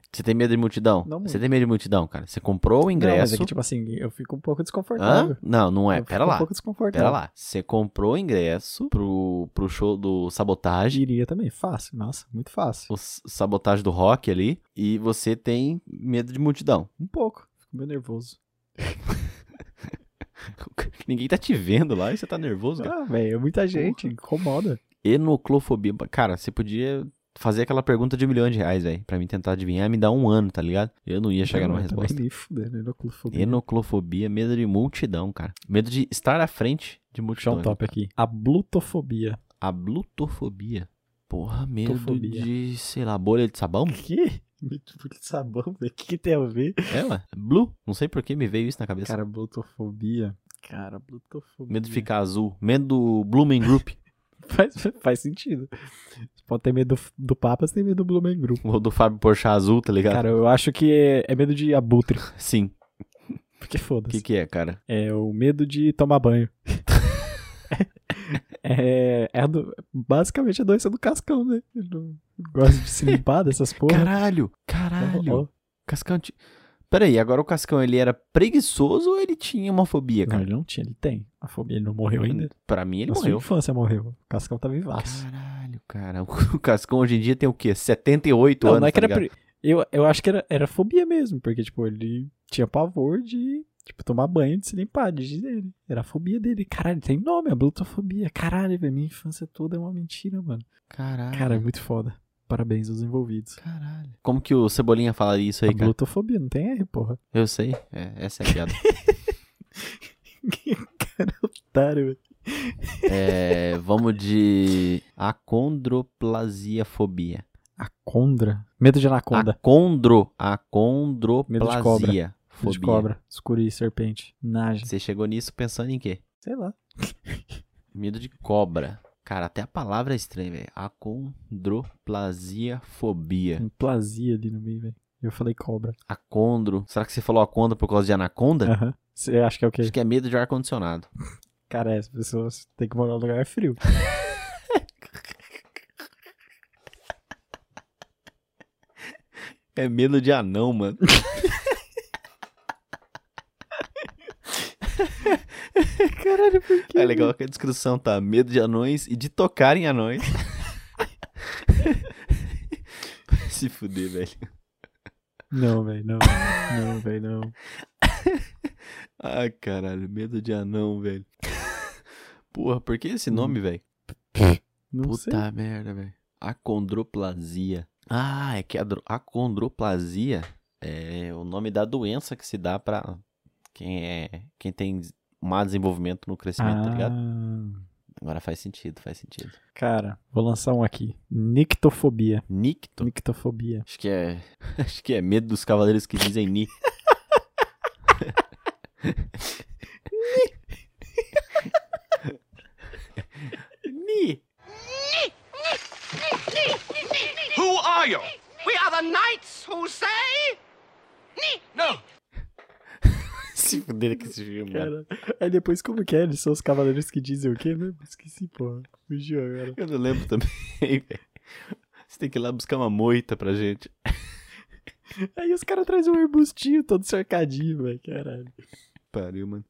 Speaker 1: Você tem medo de multidão?
Speaker 2: Não muito.
Speaker 1: Você tem medo de multidão, cara? Você comprou o
Speaker 2: Não, mas
Speaker 1: ingresso.
Speaker 2: é que, tipo assim, eu fico um pouco desconfortável.
Speaker 1: Hã? Não, não é.
Speaker 2: Eu
Speaker 1: Pera
Speaker 2: fico
Speaker 1: lá.
Speaker 2: um pouco desconfortável.
Speaker 1: Pera lá. Você comprou o ingresso pro, pro show do Sabotagem.
Speaker 2: Diria também, fácil, nossa, muito fácil.
Speaker 1: O S- Sabotagem do Rock ali. E você tem medo de multidão.
Speaker 2: Um pouco, fico meio nervoso.
Speaker 1: Ninguém tá te vendo lá e você tá nervoso, cara.
Speaker 2: Ah, velho, é muita gente, incomoda.
Speaker 1: Enoclofobia. Cara, você podia fazer aquela pergunta de um milhão de reais, velho. Pra mim tentar adivinhar, me dá um ano, tá ligado? Eu não ia chegar
Speaker 2: Não,
Speaker 1: numa
Speaker 2: eu também
Speaker 1: resposta.
Speaker 2: Me fuder, né? Enoclofobia.
Speaker 1: Enoclofobia, medo de multidão, cara. Medo de estar à frente de
Speaker 2: Puxar
Speaker 1: multidão.
Speaker 2: um top aqui. A blutofobia.
Speaker 1: A blutofobia. Porra, medo
Speaker 2: Blutofobia.
Speaker 1: de, sei lá, bolha de sabão?
Speaker 2: Que? Tipo de sabão, velho. O que, que tem a ver?
Speaker 1: É, ué. Blue. Não sei por que me veio isso na cabeça.
Speaker 2: Cara, blutofobia. Cara, blutofobia.
Speaker 1: medo de ficar azul. Medo do Blooming Group.
Speaker 2: Faz, faz sentido. Você pode ter medo do Papa, você tem medo do Blumen Group.
Speaker 1: Ou do Fábio Porchat azul, tá ligado?
Speaker 2: Cara, eu acho que é, é medo de abutre.
Speaker 1: Sim.
Speaker 2: Porque
Speaker 1: O
Speaker 2: foda-se.
Speaker 1: que que é, cara?
Speaker 2: É o medo de tomar banho. é, é a do- basicamente a doença do cascão, né? Ele não gosta de se limpar dessas porra.
Speaker 1: Caralho!
Speaker 2: Ó, ó.
Speaker 1: Caralho! Cascão... ti- Peraí, agora o Cascão, ele era preguiçoso ou ele tinha uma fobia,
Speaker 2: Não,
Speaker 1: cara?
Speaker 2: ele não tinha, ele tem. A fobia, ele não morreu ainda.
Speaker 1: Pra mim, ele
Speaker 2: Na
Speaker 1: morreu.
Speaker 2: sua infância morreu. O cascão tá vivaço.
Speaker 1: Caralho, cara. O Cascão hoje em dia tem o quê? 78
Speaker 2: Não,
Speaker 1: anos,
Speaker 2: não é que
Speaker 1: tá
Speaker 2: era.
Speaker 1: ligado?
Speaker 2: pre- Eu, eu acho que era, era fobia mesmo, porque, tipo, ele tinha pavor de. Tipo, tomar banho de se limpar, de jeito dele. Era a fobia dele. Caralho, tem nome, a blutofobia. Caralho, velho, minha infância toda é uma mentira, mano.
Speaker 1: Caralho.
Speaker 2: Cara, é muito foda. Parabéns aos envolvidos.
Speaker 1: Caralho. Como que o Cebolinha fala isso aí,
Speaker 2: A
Speaker 1: cara?
Speaker 2: blutofobia, não tem R, porra.
Speaker 1: Eu sei. É, essa é a piada.
Speaker 2: Otário, velho.
Speaker 1: É, vamos de acondroplasiafobia.
Speaker 2: Acondra. Medo de anaconda.
Speaker 1: Acondro, acondroplasia.
Speaker 2: Medo de
Speaker 1: Fobia.
Speaker 2: cobra. Escuri, serpente. Naja.
Speaker 1: Você chegou nisso pensando em quê?
Speaker 2: Sei lá.
Speaker 1: Medo de cobra. Cara, até a palavra é estranha, velho. Acondroplasiafobia.
Speaker 2: Tem plasia Um ali no meio, velho. Eu falei cobra.
Speaker 1: Acondro. Será que você falou aconda por causa de anaconda?
Speaker 2: Aham. Você acha que é o quê?
Speaker 1: Acho que é medo de ar-condicionado.
Speaker 2: Cara, é, as pessoas têm que morar num lugar frio.
Speaker 1: É medo de anão, mano.
Speaker 2: Caralho, por quê?
Speaker 1: É legal que a descrição tá medo de anões e de tocar em anões. Se fuder, velho.
Speaker 2: Não, velho, não. Não, velho, não.
Speaker 1: Ai, caralho, medo de anão, velho. Porra, por que esse
Speaker 2: Hum.
Speaker 1: nome, velho?
Speaker 2: Não sei.
Speaker 1: Puta merda, velho. Acondroplasia. Ah, é que a dro- acondroplasia é o nome da doença que se dá pra quem é quem tem má desenvolvimento no crescimento, tá ligado?
Speaker 2: Ah,
Speaker 1: Agora faz sentido, faz sentido.
Speaker 2: Cara, vou lançar um aqui. Nictofobia.
Speaker 1: Nicto?
Speaker 2: Nictofobia.
Speaker 1: Acho que é. Acho que é medo dos cavaleiros que dizem ni. ni!
Speaker 4: Who are you? We are the knights who say. No.
Speaker 1: Se fuder que esse filme. mano.
Speaker 2: Cara, aí depois como que é? Eles são os cavaleiros que dizem o quê mesmo? Esqueci, porra. Fugiu agora.
Speaker 1: Eu não lembro também, velho. Você tem que ir lá buscar uma moita pra gente.
Speaker 2: Aí os caras trazem um arbustinho todo cercadinho, velho. Caralho.
Speaker 1: Pariu, mano.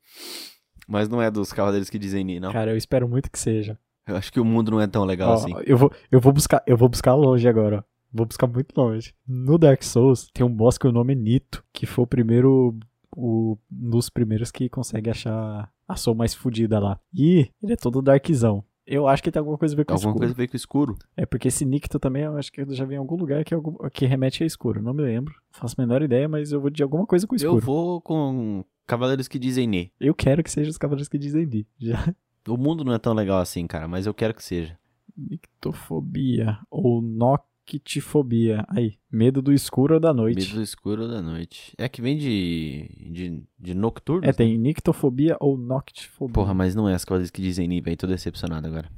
Speaker 1: Mas não é dos cavaleiros que dizem ni, não.
Speaker 2: Cara, eu espero muito que seja.
Speaker 1: Eu acho que o mundo não é tão legal
Speaker 2: Ó,
Speaker 1: assim.
Speaker 2: eu, vou, eu, vou buscar, eu vou buscar longe agora, ó. Vou buscar muito longe. No Dark Souls tem um boss que o nome é Nito, que foi o primeiro. O, um dos primeiros que consegue achar a soul mais fodida lá. E ele é todo darkzão. Eu acho que tem alguma coisa a ver com
Speaker 1: Alguma
Speaker 2: escuro.
Speaker 1: coisa veio com o escuro.
Speaker 2: É porque esse Nicto também, eu acho que eu já vi em algum lugar que, é algum- que remete a escuro. Não me lembro. Não faço a menor ideia, mas eu vou de alguma coisa com escuro.
Speaker 1: Eu
Speaker 2: Eu,
Speaker 1: vou com Cavaleiros que dizem Ni.
Speaker 2: quero que seja os Cavaleiros que dizem de. Já.
Speaker 1: O mundo não é tão legal assim, cara, mas eu quero que seja.
Speaker 2: Nictofobia. Ou noctifobia. Aí. Medo do escuro ou da noite.
Speaker 1: Medo do escuro da noite. É que vem de. de, de nocturno?
Speaker 2: É, tem nictofobia ou noctifobia.
Speaker 1: Porra, mas não é as cavaleiros que dizem Ni, velho. Tô decepcionado agora.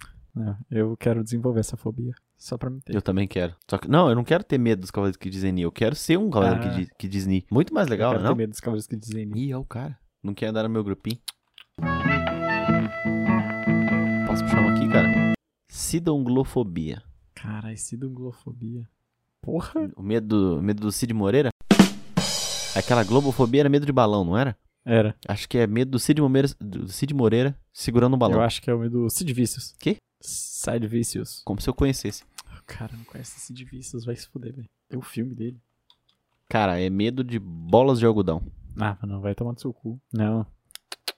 Speaker 2: É, eu quero desenvolver essa fobia. Só pra me ter.
Speaker 1: Eu também quero. Só que, não, eu não quero ter medo dos cavaleiros que dizem Ni. Eu quero ser um cavaleiro
Speaker 2: Ah.
Speaker 1: que, diz, que diz Ni. Muito mais
Speaker 2: eu
Speaker 1: legal,
Speaker 2: quero
Speaker 1: né, não?
Speaker 2: ter medo Hum. dos cavaleiros que dizem
Speaker 1: Ih, é o cara. Não quer andar no meu grupinho. Posso puxar um aqui, cara? Sidonglofobia.
Speaker 2: Cara, esse dunglofobia. Porra.
Speaker 1: O medo, o medo do Cid Moreira? Aquela globofobia era medo de balão, não era?
Speaker 2: Era.
Speaker 1: Acho que é medo do Cid Moreira, do Cid Moreira segurando um balão.
Speaker 2: Eu acho que é o medo do Cid Vicious.
Speaker 1: Quê?
Speaker 2: Side Vicious.
Speaker 1: Como se eu conhecesse.
Speaker 2: Cara, não conhece Cid Vicious, vai se fuder, velho. Tem o filme dele.
Speaker 1: Cara, é medo de bolas de algodão.
Speaker 2: Ah, não, vai tomar no seu cu. Não.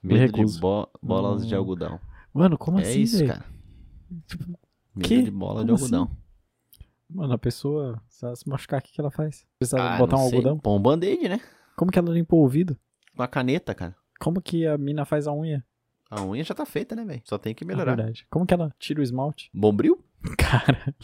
Speaker 2: Me
Speaker 1: Medo de
Speaker 2: recuso.
Speaker 1: bo- bolas de
Speaker 2: Hum.
Speaker 1: algodão.
Speaker 2: Mano, como
Speaker 1: é
Speaker 2: assim,
Speaker 1: isso,
Speaker 2: velho?
Speaker 1: cara. Medo
Speaker 2: quê?
Speaker 1: de bola de
Speaker 2: Como assim?
Speaker 1: algodão.
Speaker 2: Mano, a pessoa, se ela se machucar, o que que ela faz? Precisava
Speaker 1: Ah,
Speaker 2: botar um
Speaker 1: não sei.
Speaker 2: algodão?
Speaker 1: Põe um band-aid, né?
Speaker 2: Como que ela limpou o ouvido?
Speaker 1: Com a caneta, cara.
Speaker 2: Como que a mina faz a unha?
Speaker 1: A unha já tá feita, né, velho? Só tem que
Speaker 2: Na
Speaker 1: melhorar.
Speaker 2: É verdade. Como que ela tira o esmalte?
Speaker 1: Bombril?
Speaker 2: Cara,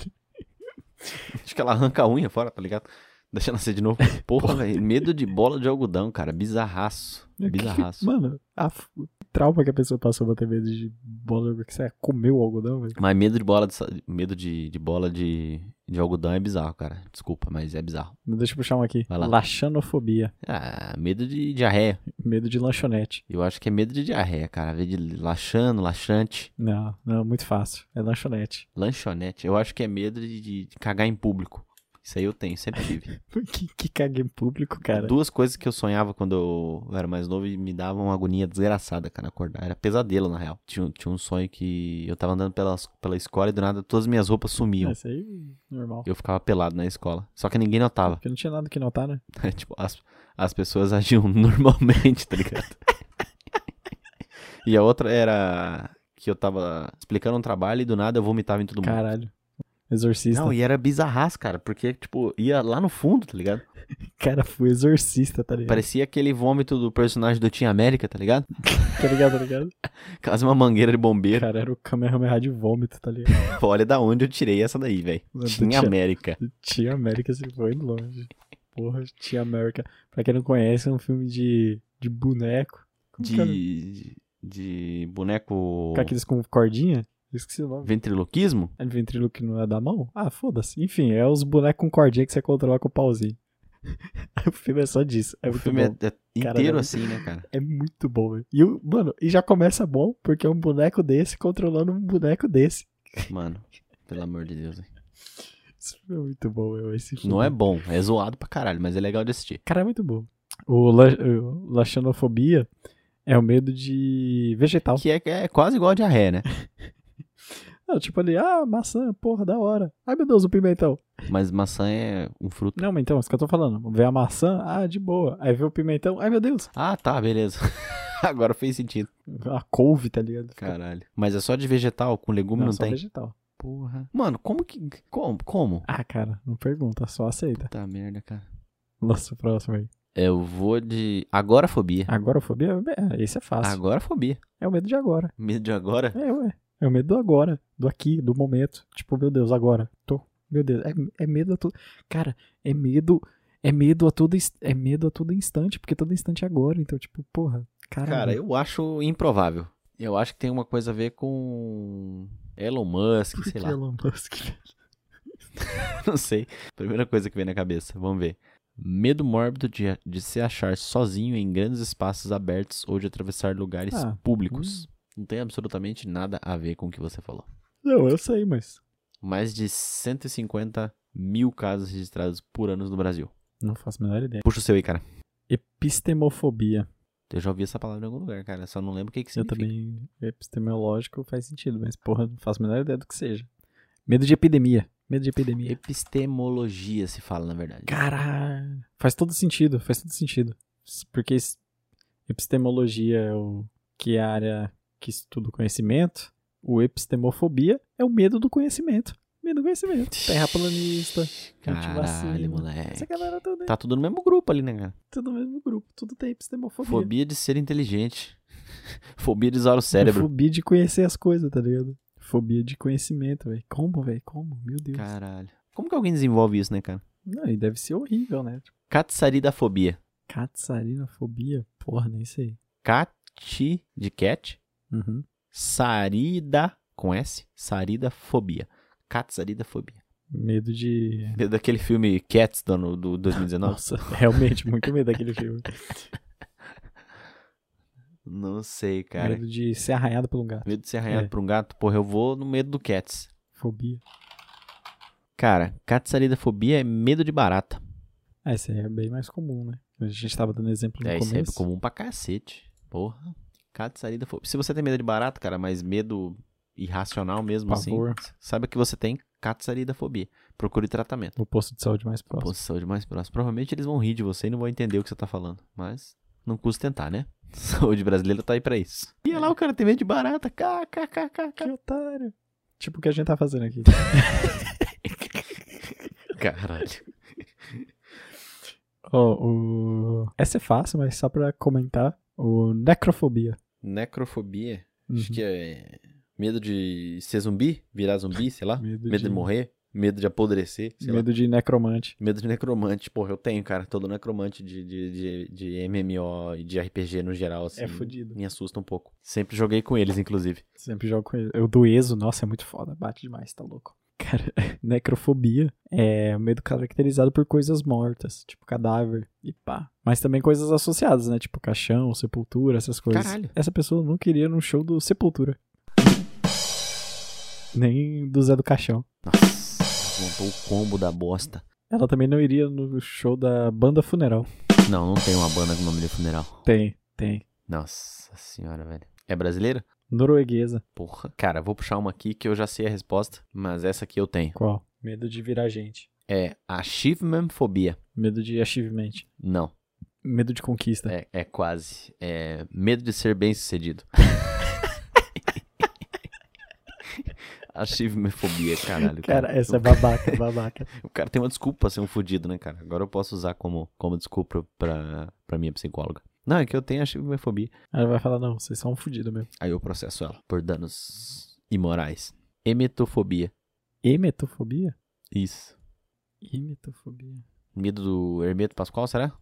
Speaker 1: Acho que ela arranca a unha fora, tá ligado? Deixa nascer de novo. Porra, velho. Medo de bola de algodão, cara. Bizarraço.
Speaker 2: É que-
Speaker 1: Bizarraço.
Speaker 2: mano, a f- o trauma que a pessoa passou pra ter medo de bola porque você comeu o algodão, velho.
Speaker 1: Mas medo de bola de, sa- medo de, de bola de, de algodão é bizarro, cara. Desculpa, mas é bizarro.
Speaker 2: Deixa eu puxar um aqui.
Speaker 1: Vai lá.
Speaker 2: Laxanofobia.
Speaker 1: Ah, medo de diarreia.
Speaker 2: Medo de lanchonete.
Speaker 1: Eu acho que é medo de diarreia, cara. Medo de laxando, laxante,
Speaker 2: Não, não, muito fácil. É lanchonete.
Speaker 1: lanchonete. Eu acho que é medo de, de cagar em público. Isso aí eu tenho, sempre tive.
Speaker 2: que, que caguei em público, cara.
Speaker 1: Duas coisas que eu sonhava quando eu era mais novo e me davam uma agonia desgraçada, cara, acordar. Era pesadelo, na real. Tinha, um- tinha um sonho que eu tava andando pela, pela escola e do nada todas as minhas roupas sumiam.
Speaker 2: Essa aí, normal.
Speaker 1: Eu ficava pelado na escola. Só que ninguém notava.
Speaker 2: Porque não tinha nada que notar, né?
Speaker 1: É, tipo, as, as pessoas agiam normalmente, tá ligado? e a outra era que eu tava explicando um trabalho e do nada eu vomitava em todo mundo.
Speaker 2: Caralho. Exorcista.
Speaker 1: Não, e era bizarraço, cara, porque, tipo, ia lá no fundo, tá ligado?
Speaker 2: Cara, fui exorcista, tá ligado?
Speaker 1: Parecia aquele vômito do personagem do Team América, tá ligado?
Speaker 2: Tá ligado, tá ligado?
Speaker 1: Quase uma mangueira de bombeiro.
Speaker 2: Cara, era o Kamehameha de vômito, tá ligado?
Speaker 1: Olha da onde eu tirei essa daí, velho.
Speaker 2: Mano,
Speaker 1: Team
Speaker 2: tinha-
Speaker 1: América.
Speaker 2: Tia América se foi longe. Porra, Tia América. Pra quem não conhece, é um filme de, de boneco. Como que era?
Speaker 1: De, de boneco
Speaker 2: Com aqueles com cordinha? Eu esqueci o nome.
Speaker 1: ventriloquismo?
Speaker 2: É ventrilo que não é da mão? Ah, foda-se. Enfim, é os bonecos com cordinha que você controla com o pauzinho. o filme é só disso. É
Speaker 1: o
Speaker 2: muito
Speaker 1: filme é,
Speaker 2: bom.
Speaker 1: é
Speaker 2: Cara,
Speaker 1: inteiro
Speaker 2: era-
Speaker 1: assim, né, cara?
Speaker 2: É muito bom, velho. E, o- mano, e já começa bom, porque é um boneco desse controlando um boneco desse.
Speaker 1: Mano, pelo amor de Deus, velho.
Speaker 2: Isso é muito bom, meu. Esse filme.
Speaker 1: Não é bom, é zoado pra caralho, mas é legal de assistir.
Speaker 2: Cara, é muito bom. O, la... o laxanofobia é o medo de vegetal.
Speaker 1: Que é, é quase igual a diarreia, né?
Speaker 2: Não, tipo ali, ah, maçã, porra, da hora. Ai, meu Deus, o pimentão.
Speaker 1: Mas maçã é um fruto.
Speaker 2: Não, mas então, isso que eu tô falando. Vê a maçã, ah, de boa. Aí vê o pimentão, ai, meu Deus.
Speaker 1: Ah, tá, beleza. Agora fez sentido.
Speaker 2: A couve, tá ligado? Fica-
Speaker 1: Caralho. Mas é só de vegetal, com legume não,
Speaker 2: só
Speaker 1: tem.
Speaker 2: vegetal.
Speaker 1: Porra. Mano, como que. Como? Como?
Speaker 2: Ah, cara, não pergunta, só aceita.
Speaker 1: Puta merda, cara.
Speaker 2: Nossa, o próximo aí.
Speaker 1: Eu vou de. Agorafobia.
Speaker 2: Agorafobia, é, esse é fácil.
Speaker 1: Agorafobia.
Speaker 2: É o medo de agora.
Speaker 1: Medo de agora?
Speaker 2: É, ué. É o medo do agora, do aqui, do momento. Tipo, meu Deus, agora. Tô. Meu Deus, é, é medo a todo. Cara, é medo. É medo a todo, ins- é medo a todo instante, porque todo instante é agora. Então, tipo, porra, cara.
Speaker 1: Cara, eu acho improvável. Eu acho que tem uma coisa a ver com Elon Musk, sei lá.
Speaker 2: Elon Musk.
Speaker 1: Não sei. Primeira coisa que vem na cabeça, vamos ver. Medo mórbido de, de se achar sozinho em grandes espaços abertos ou de atravessar lugares
Speaker 2: Ah,
Speaker 1: públicos. Não tem absolutamente nada a ver com o que você falou.
Speaker 2: Não, eu sei, mas.
Speaker 1: Mais de 150 mil casos registrados por ano no Brasil.
Speaker 2: Não faço a menor ideia.
Speaker 1: Puxa o seu aí, cara.
Speaker 2: Epistemofobia.
Speaker 1: Eu já ouvi essa palavra em algum lugar, cara. Só não lembro o que, que
Speaker 2: Eu
Speaker 1: significa.
Speaker 2: também. Epistemológico faz sentido, mas, porra, não faço a menor ideia do que seja. Medo de epidemia. Medo de epidemia.
Speaker 1: Epistemologia se fala, na verdade.
Speaker 2: Caralho. Faz todo sentido, faz todo sentido. S- Porque es- epistemologia é o que é a área que estuda o conhecimento. O epistemofobia é o medo do conhecimento. Medo do conhecimento. Terraplanista.
Speaker 1: Caralho,
Speaker 2: antivacina,
Speaker 1: moleque.
Speaker 2: Essa galera toda é
Speaker 1: Tá tudo no mesmo grupo ali, né, cara?
Speaker 2: tudo no mesmo grupo. Tudo tem epistemofobia.
Speaker 1: Fobia de ser inteligente. Fobia de usar o cérebro.
Speaker 2: Fobia de conhecer as coisas, tá ligado? Fobia de conhecimento, velho. Como, velho? Como? Meu Deus.
Speaker 1: Caralho. Como que alguém desenvolve isso, né, cara?
Speaker 2: Não, e deve ser horrível, né? Tipo,
Speaker 1: Catsaridafobia.
Speaker 2: Catsarinofobia? Porra, nem sei.
Speaker 1: Cati de cat.
Speaker 2: Uhum.
Speaker 1: Sarida com S. Saridafobia. Catsaridafobia.
Speaker 2: Medo de
Speaker 1: Medo Daquele filme Cats do, ano- do 2019.
Speaker 2: Nossa, realmente, muito medo daquele filme.
Speaker 1: Não sei, cara.
Speaker 2: Medo de ser arranhado por um gato.
Speaker 1: Medo de ser arranhado
Speaker 2: É.
Speaker 1: por um gato. Porra, eu vou no medo do Cats.
Speaker 2: Fobia.
Speaker 1: Cara, catsaridafobia é medo de barata.
Speaker 2: Ah, esse aí é bem mais comum, né? A gente tava dando exemplo no
Speaker 1: é, isso é
Speaker 2: começo.
Speaker 1: comum pra cacete. Porra. Catsaridafobia. Se você tem medo de barata, cara, mas medo irracional mesmo,
Speaker 2: Pavor.
Speaker 1: assim, saiba que você tem catsaridafobia. Procure tratamento.
Speaker 2: O posto de saúde mais próximo.
Speaker 1: Posição de mais próximo. Provavelmente eles vão rir de você e não vão entender o que você tá falando. Mas não custa tentar, né? Saúde brasileira tá aí pra isso. E olha lá, o cara tem medo de barata.
Speaker 2: Que
Speaker 1: KKKKK.
Speaker 2: otário. Tipo o que a gente tá fazendo aqui.
Speaker 1: Caralho.
Speaker 2: Ó, o... Essa é fácil, mas só pra comentar. O necrofobia.
Speaker 1: Necrofobia. Acho
Speaker 2: Uhum.
Speaker 1: que é medo de ser zumbi, virar zumbi, sei lá.
Speaker 2: Medo,
Speaker 1: é Medo de
Speaker 2: de
Speaker 1: morrer, medo de apodrecer, sei lá.
Speaker 2: Medo de necromante.
Speaker 1: Medo de necromante, porra, eu tenho, cara. Todo necromante de, de, de, de MMO e de RPG no geral, assim.
Speaker 2: É fudido.
Speaker 1: Me assusta um pouco. Sempre joguei com eles, inclusive.
Speaker 2: Sempre jogo com ele. O do Exo, nossa, é muito foda. Bate demais, tá louco. Cara, necrofobia é o medo caracterizado por coisas mortas, tipo cadáver e pá. Mas também coisas associadas, né? Tipo caixão, sepultura, essas coisas.
Speaker 1: Caralho.
Speaker 2: Essa pessoa não queria num show do Sepultura. Nem do Zé do Caixão.
Speaker 1: Nossa, montou o combo da bosta.
Speaker 2: Ela também não iria no show da banda funeral.
Speaker 1: Não, não tem uma banda com nome de funeral.
Speaker 2: Tem, tem.
Speaker 1: Nossa senhora, velho. É brasileira?
Speaker 2: Norueguesa.
Speaker 1: Porra. Cara, vou puxar uma aqui que eu já sei a resposta, mas essa aqui eu tenho.
Speaker 2: Qual? Medo de virar gente.
Speaker 1: É achievementfobia.
Speaker 2: Medo de achievement.
Speaker 1: Não,
Speaker 2: Medo de conquista.
Speaker 1: é, é quase. É medo de ser bem sucedido. Achievementfobia, é caralho.
Speaker 2: Cara, essa é babaca, babaca.
Speaker 1: O cara tem uma desculpa pra ser um fudido, né, cara? Agora eu posso usar como, como desculpa pra, pra minha psicóloga. Não, é que eu tenho achievementfobia.
Speaker 2: Ela vai falar, não, vocês são um fudido mesmo.
Speaker 1: Aí eu processo ela por danos imorais. Emetofobia.
Speaker 2: Emetofobia?
Speaker 1: Isso.
Speaker 2: Emetofobia.
Speaker 1: Medo do Hermeto Pascoal, será?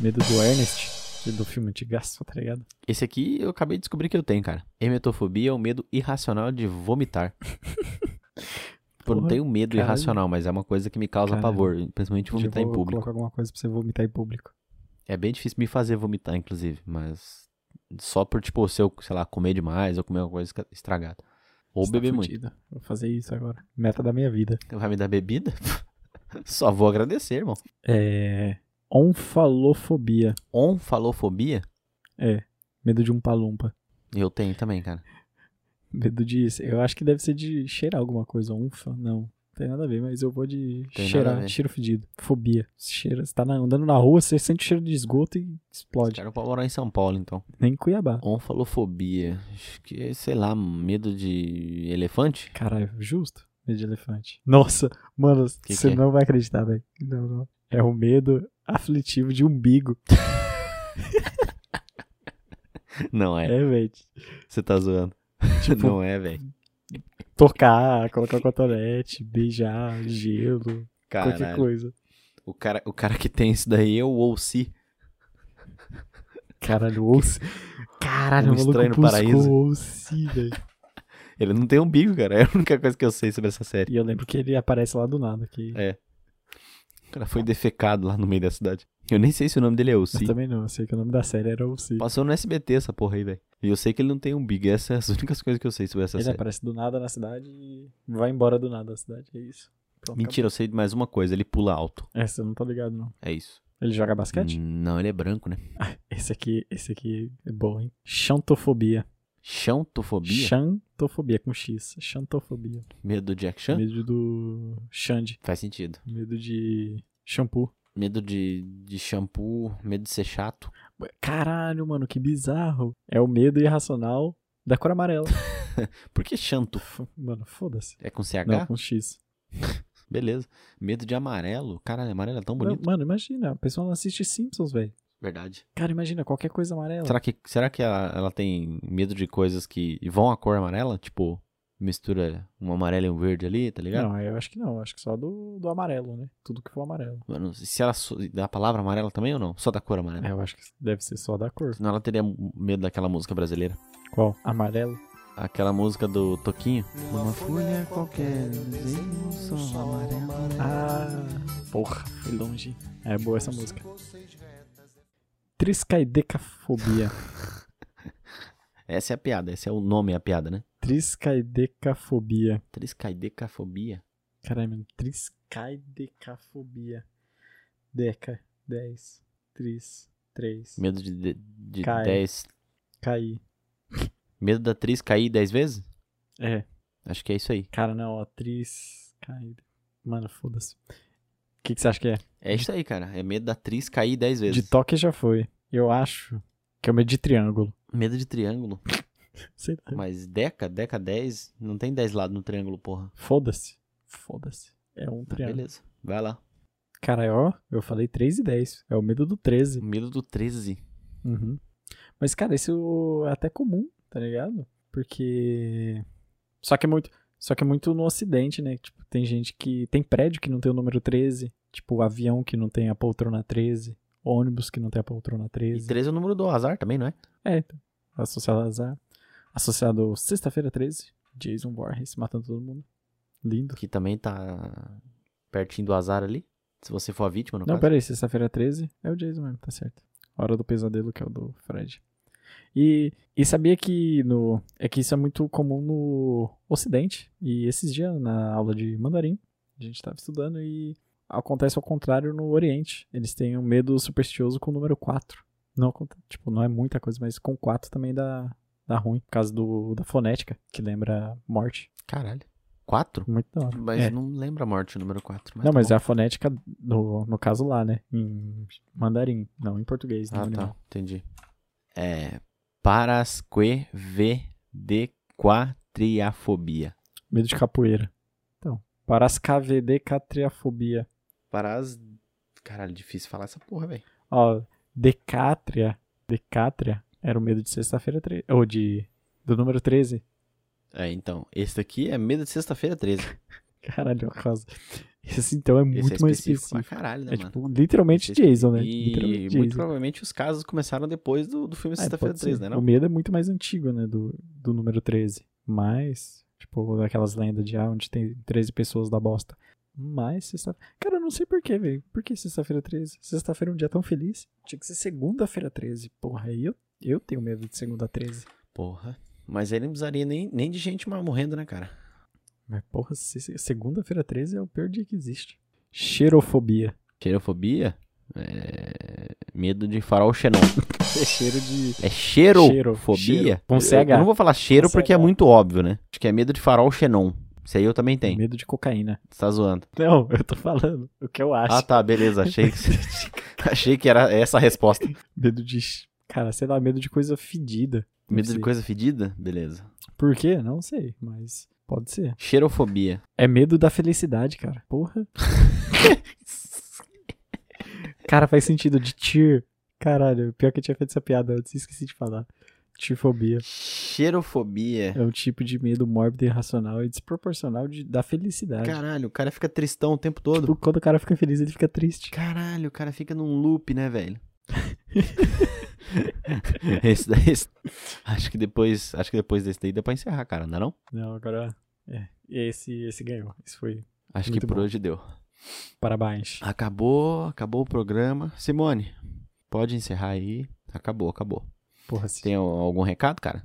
Speaker 2: Medo do Ernest, que é do filme antigaço, tá ligado?
Speaker 1: Esse aqui eu acabei de descobrir que eu tenho, cara. Emetofobia é o medo irracional de vomitar. Pô, não
Speaker 2: Porra,
Speaker 1: tenho medo
Speaker 2: caralho.
Speaker 1: irracional, mas é uma coisa que me causa
Speaker 2: Caralho.
Speaker 1: pavor, principalmente vomitar
Speaker 2: Eu
Speaker 1: em
Speaker 2: vou
Speaker 1: público.
Speaker 2: colocar alguma coisa pra você vomitar em público.
Speaker 1: É bem difícil me fazer vomitar, inclusive, mas só por, tipo, se eu, sei lá, comer demais ou comer alguma coisa esca- estragada. Ou
Speaker 2: Você tá
Speaker 1: beber muito.
Speaker 2: fudido. Vou fazer isso agora. Meta da minha vida.
Speaker 1: Vai me dar bebida? só vou agradecer, irmão.
Speaker 2: É... Onfalofobia.
Speaker 1: Onfalofobia?
Speaker 2: Medo de um palumpa.
Speaker 1: Eu tenho também, cara.
Speaker 2: Medo de... Eu acho que deve ser de cheirar alguma coisa. Onfa? Não. Não tem nada a ver, mas eu vou de
Speaker 1: Tem nada a
Speaker 2: cheirar.
Speaker 1: ver.
Speaker 2: Cheiro fedido. Fobia. Cheira, você tá na- andando na rua, você sente cheiro de esgoto e explode.
Speaker 1: Quero pra morar em São Paulo, então.
Speaker 2: Nem Cuiabá.
Speaker 1: Onfalofobia. Acho que, é, sei lá, medo de elefante?
Speaker 2: Caralho, justo? Medo de elefante. Nossa, mano,
Speaker 1: Que
Speaker 2: você
Speaker 1: que é?
Speaker 2: não vai acreditar, velho. Não, não. É o medo aflitivo de umbigo.
Speaker 1: Não
Speaker 2: É,
Speaker 1: é.
Speaker 2: velho. É,
Speaker 1: Você tá zoando.
Speaker 2: Tipo,
Speaker 1: Não é, velho.
Speaker 2: tocar, colocar cotonete, beijar, gelo, qualquer
Speaker 1: Caralho.
Speaker 2: coisa.
Speaker 1: O cara, o cara que tem isso daí é o OC.
Speaker 2: Caralho, ouce. Caralho,
Speaker 1: Um
Speaker 2: o maluco
Speaker 1: estranho no
Speaker 2: buscou
Speaker 1: paraíso.
Speaker 2: ouce, velho.
Speaker 1: Ele não tem umbigo, cara. É a única coisa que eu sei sobre essa série.
Speaker 2: E eu lembro que ele aparece lá do nada. Que...
Speaker 1: É, O cara foi defecado lá no meio da cidade. Eu nem sei se o nome dele é
Speaker 2: Tá. Eu
Speaker 1: OC.
Speaker 2: também não, eu sei que o nome da série era ouce.
Speaker 1: Passou no SBT essa porra aí, velho. E eu sei que ele não tem um umbigo. Essas são é as únicas coisas que eu sei sobre essa
Speaker 2: Ele é
Speaker 1: série.
Speaker 2: aparece do nada na cidade e vai embora do nada da cidade. É isso. Pronto,
Speaker 1: Mentira, eu sei de mais uma coisa. Ele pula alto.
Speaker 2: acabou. Essa eu não tô ligado, não.
Speaker 1: É isso.
Speaker 2: Ele joga basquete?
Speaker 1: Hum, Não, ele é branco, né?
Speaker 2: Esse aqui, esse aqui é bom, hein? Xantofobia.
Speaker 1: Xantofobia?
Speaker 2: Xantofobia com X. Xantofobia.
Speaker 1: Medo do Jack Chan?
Speaker 2: Medo do Xande.
Speaker 1: Faz sentido.
Speaker 2: Medo de shampoo.
Speaker 1: Medo de, de shampoo, medo de ser chato.
Speaker 2: Caralho, mano, que bizarro. É o medo irracional da cor amarela.
Speaker 1: Por que chanto?
Speaker 2: F- mano, foda-se.
Speaker 1: É com CH?
Speaker 2: Não, com X.
Speaker 1: Beleza. Medo de amarelo. Caralho, amarelo é tão bonito.
Speaker 2: Não, mano, imagina, a pessoa não assiste Simpsons, velho.
Speaker 1: Verdade.
Speaker 2: Cara, imagina, qualquer coisa amarela.
Speaker 1: Será que, será que ela, ela tem medo de coisas que vão a cor amarela? Tipo, mistura um amarelo e um verde ali, tá ligado?
Speaker 2: Não, eu acho que não. Acho que só do, do amarelo, né? Tudo que for amarelo.
Speaker 1: Mano, se ela so- da palavra amarela também ou não? Só da cor amarela?
Speaker 2: É, eu acho que deve ser só da cor.
Speaker 1: Senão ela teria medo daquela música brasileira.
Speaker 2: Qual? Amarelo?
Speaker 1: Aquela música do Toquinho. Uma folha qualquer, um
Speaker 2: Ah, porra, foi longe. É boa essa música. Triscaidecafobia.
Speaker 1: Essa é a piada, esse é o nome, a piada, né?
Speaker 2: Triscaidecafobia.
Speaker 1: Triscaidecafobia.
Speaker 2: Caralho, mano. Triscaidecafobia. Deca. 10. Tris. 3.
Speaker 1: Medo de, de, de
Speaker 2: Cai.
Speaker 1: 10.
Speaker 2: Caí.
Speaker 1: Medo da atriz cair 10 vezes?
Speaker 2: É.
Speaker 1: Acho que é isso aí.
Speaker 2: Cara, não, ó. Triscaide. Mano, foda-se. O que, que você acha que é?
Speaker 1: É isso aí, cara. É medo da atriz cair 10 vezes.
Speaker 2: De toque já foi. Eu acho que é o medo de triângulo.
Speaker 1: Medo de triângulo.
Speaker 2: Sei lá.
Speaker 1: Mas Deca, Deca 10, não tem 10 lados no triângulo, porra.
Speaker 2: Foda-se. Foda-se. É um
Speaker 1: Ah,
Speaker 2: triângulo.
Speaker 1: beleza. Vai lá.
Speaker 2: Cara, ó, eu falei 3 e 10. É o medo do 13.
Speaker 1: Medo do 13.
Speaker 2: Uhum. Mas, cara, isso é até comum, tá ligado? Porque. Só que é muito. Só que é muito no ocidente, né? Tipo, tem gente que. Tem prédio que não tem o número 13. Tipo, avião que não tem a poltrona 13. Ônibus que não tem a poltrona
Speaker 1: E
Speaker 2: 13.
Speaker 1: 13 é o número do azar também, não é?
Speaker 2: É, então, associado a azar. Associado ao sexta-feira 13. Jason Voorhees matando todo mundo. Lindo.
Speaker 1: Que também tá pertinho do azar ali. Se você for a vítima, no
Speaker 2: Não,
Speaker 1: caso.
Speaker 2: peraí, sexta-feira 13 é o Jason mesmo, tá certo. Hora do pesadelo, que é o do Fred. E, e sabia que no. É que isso é muito comum no Ocidente. E esses dias, na aula de mandarim, a gente tava estudando e acontece ao contrário no Oriente. Eles têm um medo supersticioso com o número 4. Não, acon- tipo, não é muita coisa, mas com 4 também dá, dá ruim. Por causa do, da fonética, que lembra morte.
Speaker 1: Caralho. 4?
Speaker 2: Muito da hora.
Speaker 1: Mas
Speaker 2: É.
Speaker 1: não lembra a morte número tá 4.
Speaker 2: não, mas é a fonética, no, no caso lá, né? Em mandarim, não em português. né?
Speaker 1: Ah,
Speaker 2: não em
Speaker 1: tá.
Speaker 2: alemão.
Speaker 1: Entendi. É. Parasque v de quatriafobia.
Speaker 2: Medo de capoeira. Então, parascavd catriafobia.
Speaker 1: Paras. Caralho, difícil falar essa porra, velho.
Speaker 2: Ó, decátria, decátria era o medo de sexta-feira 13, ou de, do número 13.
Speaker 1: É, então. Esse daqui é medo de sexta-feira 13.
Speaker 2: Caralho, quase. Esse então é muito
Speaker 1: Esse é
Speaker 2: mais
Speaker 1: específico
Speaker 2: específico.
Speaker 1: pra caralho, né,
Speaker 2: É
Speaker 1: mano?
Speaker 2: tipo, literalmente
Speaker 1: Esse-
Speaker 2: Jason, né?
Speaker 1: E
Speaker 2: Literalmente
Speaker 1: muito
Speaker 2: Jason.
Speaker 1: provavelmente os casos começaram depois do, do filme
Speaker 2: É,
Speaker 1: Sexta-feira
Speaker 2: pode ser.
Speaker 1: 13, né?
Speaker 2: O
Speaker 1: Não?
Speaker 2: medo é muito mais antigo, né, do, do número 13. Mas, tipo, daquelas lendas de, ah, onde tem 13 pessoas da bosta. Mas, sexta-feira... Cara, eu não sei porquê, velho. Por que sexta-feira 13? Sexta-feira é um dia tão feliz. Tinha que ser segunda-feira 13. Porra, aí eu, eu tenho medo de segunda 13.
Speaker 1: Porra. Mas ele não precisaria nem, nem de gente mais morrendo, né, cara?
Speaker 2: Mas, porra, se- se- segunda-feira 13 é o pior dia que existe. Cheirofobia.
Speaker 1: Cheirofobia? É... Medo de farol xenon.
Speaker 2: É cheiro de...
Speaker 1: É cheirofobia?
Speaker 2: cheiro. Com
Speaker 1: Eu-
Speaker 2: CH.
Speaker 1: Eu não vou falar cheiro
Speaker 2: Com
Speaker 1: porque é
Speaker 2: CH.
Speaker 1: muito óbvio, né? Acho que é medo de farol xenon. Isso aí eu também tenho.
Speaker 2: Medo de cocaína.
Speaker 1: Você tá zoando.
Speaker 2: Não, eu tô falando o que eu acho.
Speaker 1: Ah, tá, beleza. Achei que, achei que era essa a resposta.
Speaker 2: Medo de... Cara, sei lá, medo de coisa fedida. Deve
Speaker 1: Medo de
Speaker 2: ser.
Speaker 1: coisa fedida? Beleza.
Speaker 2: Por quê? Não sei, mas pode ser.
Speaker 1: Cheirofobia.
Speaker 2: É medo da felicidade, cara. Porra. cara, faz sentido de cheer. Caralho, pior que eu tinha feito essa piada antes, esqueci de falar. Tifobia
Speaker 1: Cheirofobia.
Speaker 2: é um tipo de medo mórbido, irracional e desproporcional de- da felicidade.
Speaker 1: Caralho, o cara fica tristão o tempo todo.
Speaker 2: Tipo, quando o cara fica feliz, ele fica triste.
Speaker 1: Caralho, o cara fica num loop, né, velho? esse daí. esse- Acho que depois. Acho que depois desse daí dá pra encerrar, cara, não é não?
Speaker 2: Não, agora. É. Esse, esse ganhou. Esse foi
Speaker 1: Acho
Speaker 2: Muito
Speaker 1: que por
Speaker 2: bom.
Speaker 1: hoje deu.
Speaker 2: para baixo.
Speaker 1: Acabou, acabou o programa. Simone, pode encerrar aí. Acabou, acabou.
Speaker 2: Porra, assim.
Speaker 1: Tem al- algum recado, cara?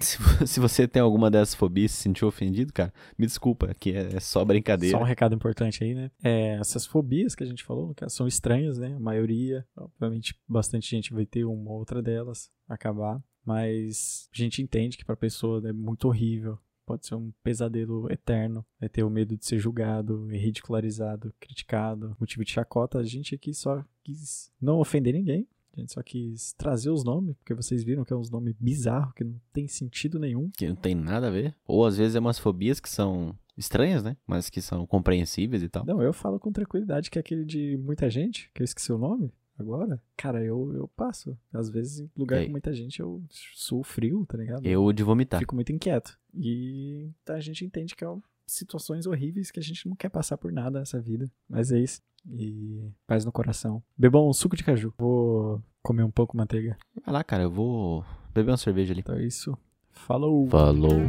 Speaker 1: Se vo- Se você tem alguma dessas fobias e se sentiu ofendido, cara, me desculpa, que é é só brincadeira.
Speaker 2: Só um recado importante aí, né? É, essas fobias que a gente falou, que são estranhas, né? A maioria, obviamente, bastante gente vai ter uma ou outra delas, acabar. Mas a gente entende que pra pessoa é muito horrível. Pode ser um pesadelo eterno, é ter o medo de ser julgado, ridicularizado, criticado, motivo de chacota. A gente aqui só quis não ofender ninguém. A gente só quis trazer os nomes, porque vocês viram que é uns nomes bizarros, que não tem sentido nenhum.
Speaker 1: Que não tem nada a ver. Ou às vezes é umas fobias que são estranhas, né? Mas que são compreensíveis e tal.
Speaker 2: Não, eu falo com tranquilidade que é aquele de muita gente, que eu esqueci o nome agora. Cara, eu, eu passo. Às vezes, em lugar
Speaker 1: Ei.
Speaker 2: com muita gente, eu sou frio, tá ligado?
Speaker 1: Eu de vomitar.
Speaker 2: Fico muito inquieto. E a gente entende que é um- situações horríveis que a gente não quer passar por nada nessa vida. Mas é isso. E paz no coração. Bebam um suco de caju. Vou comer um pouco de manteiga.
Speaker 1: Vai lá, cara, eu vou beber uma cerveja ali.
Speaker 2: Então é isso. Falou!
Speaker 1: Falou.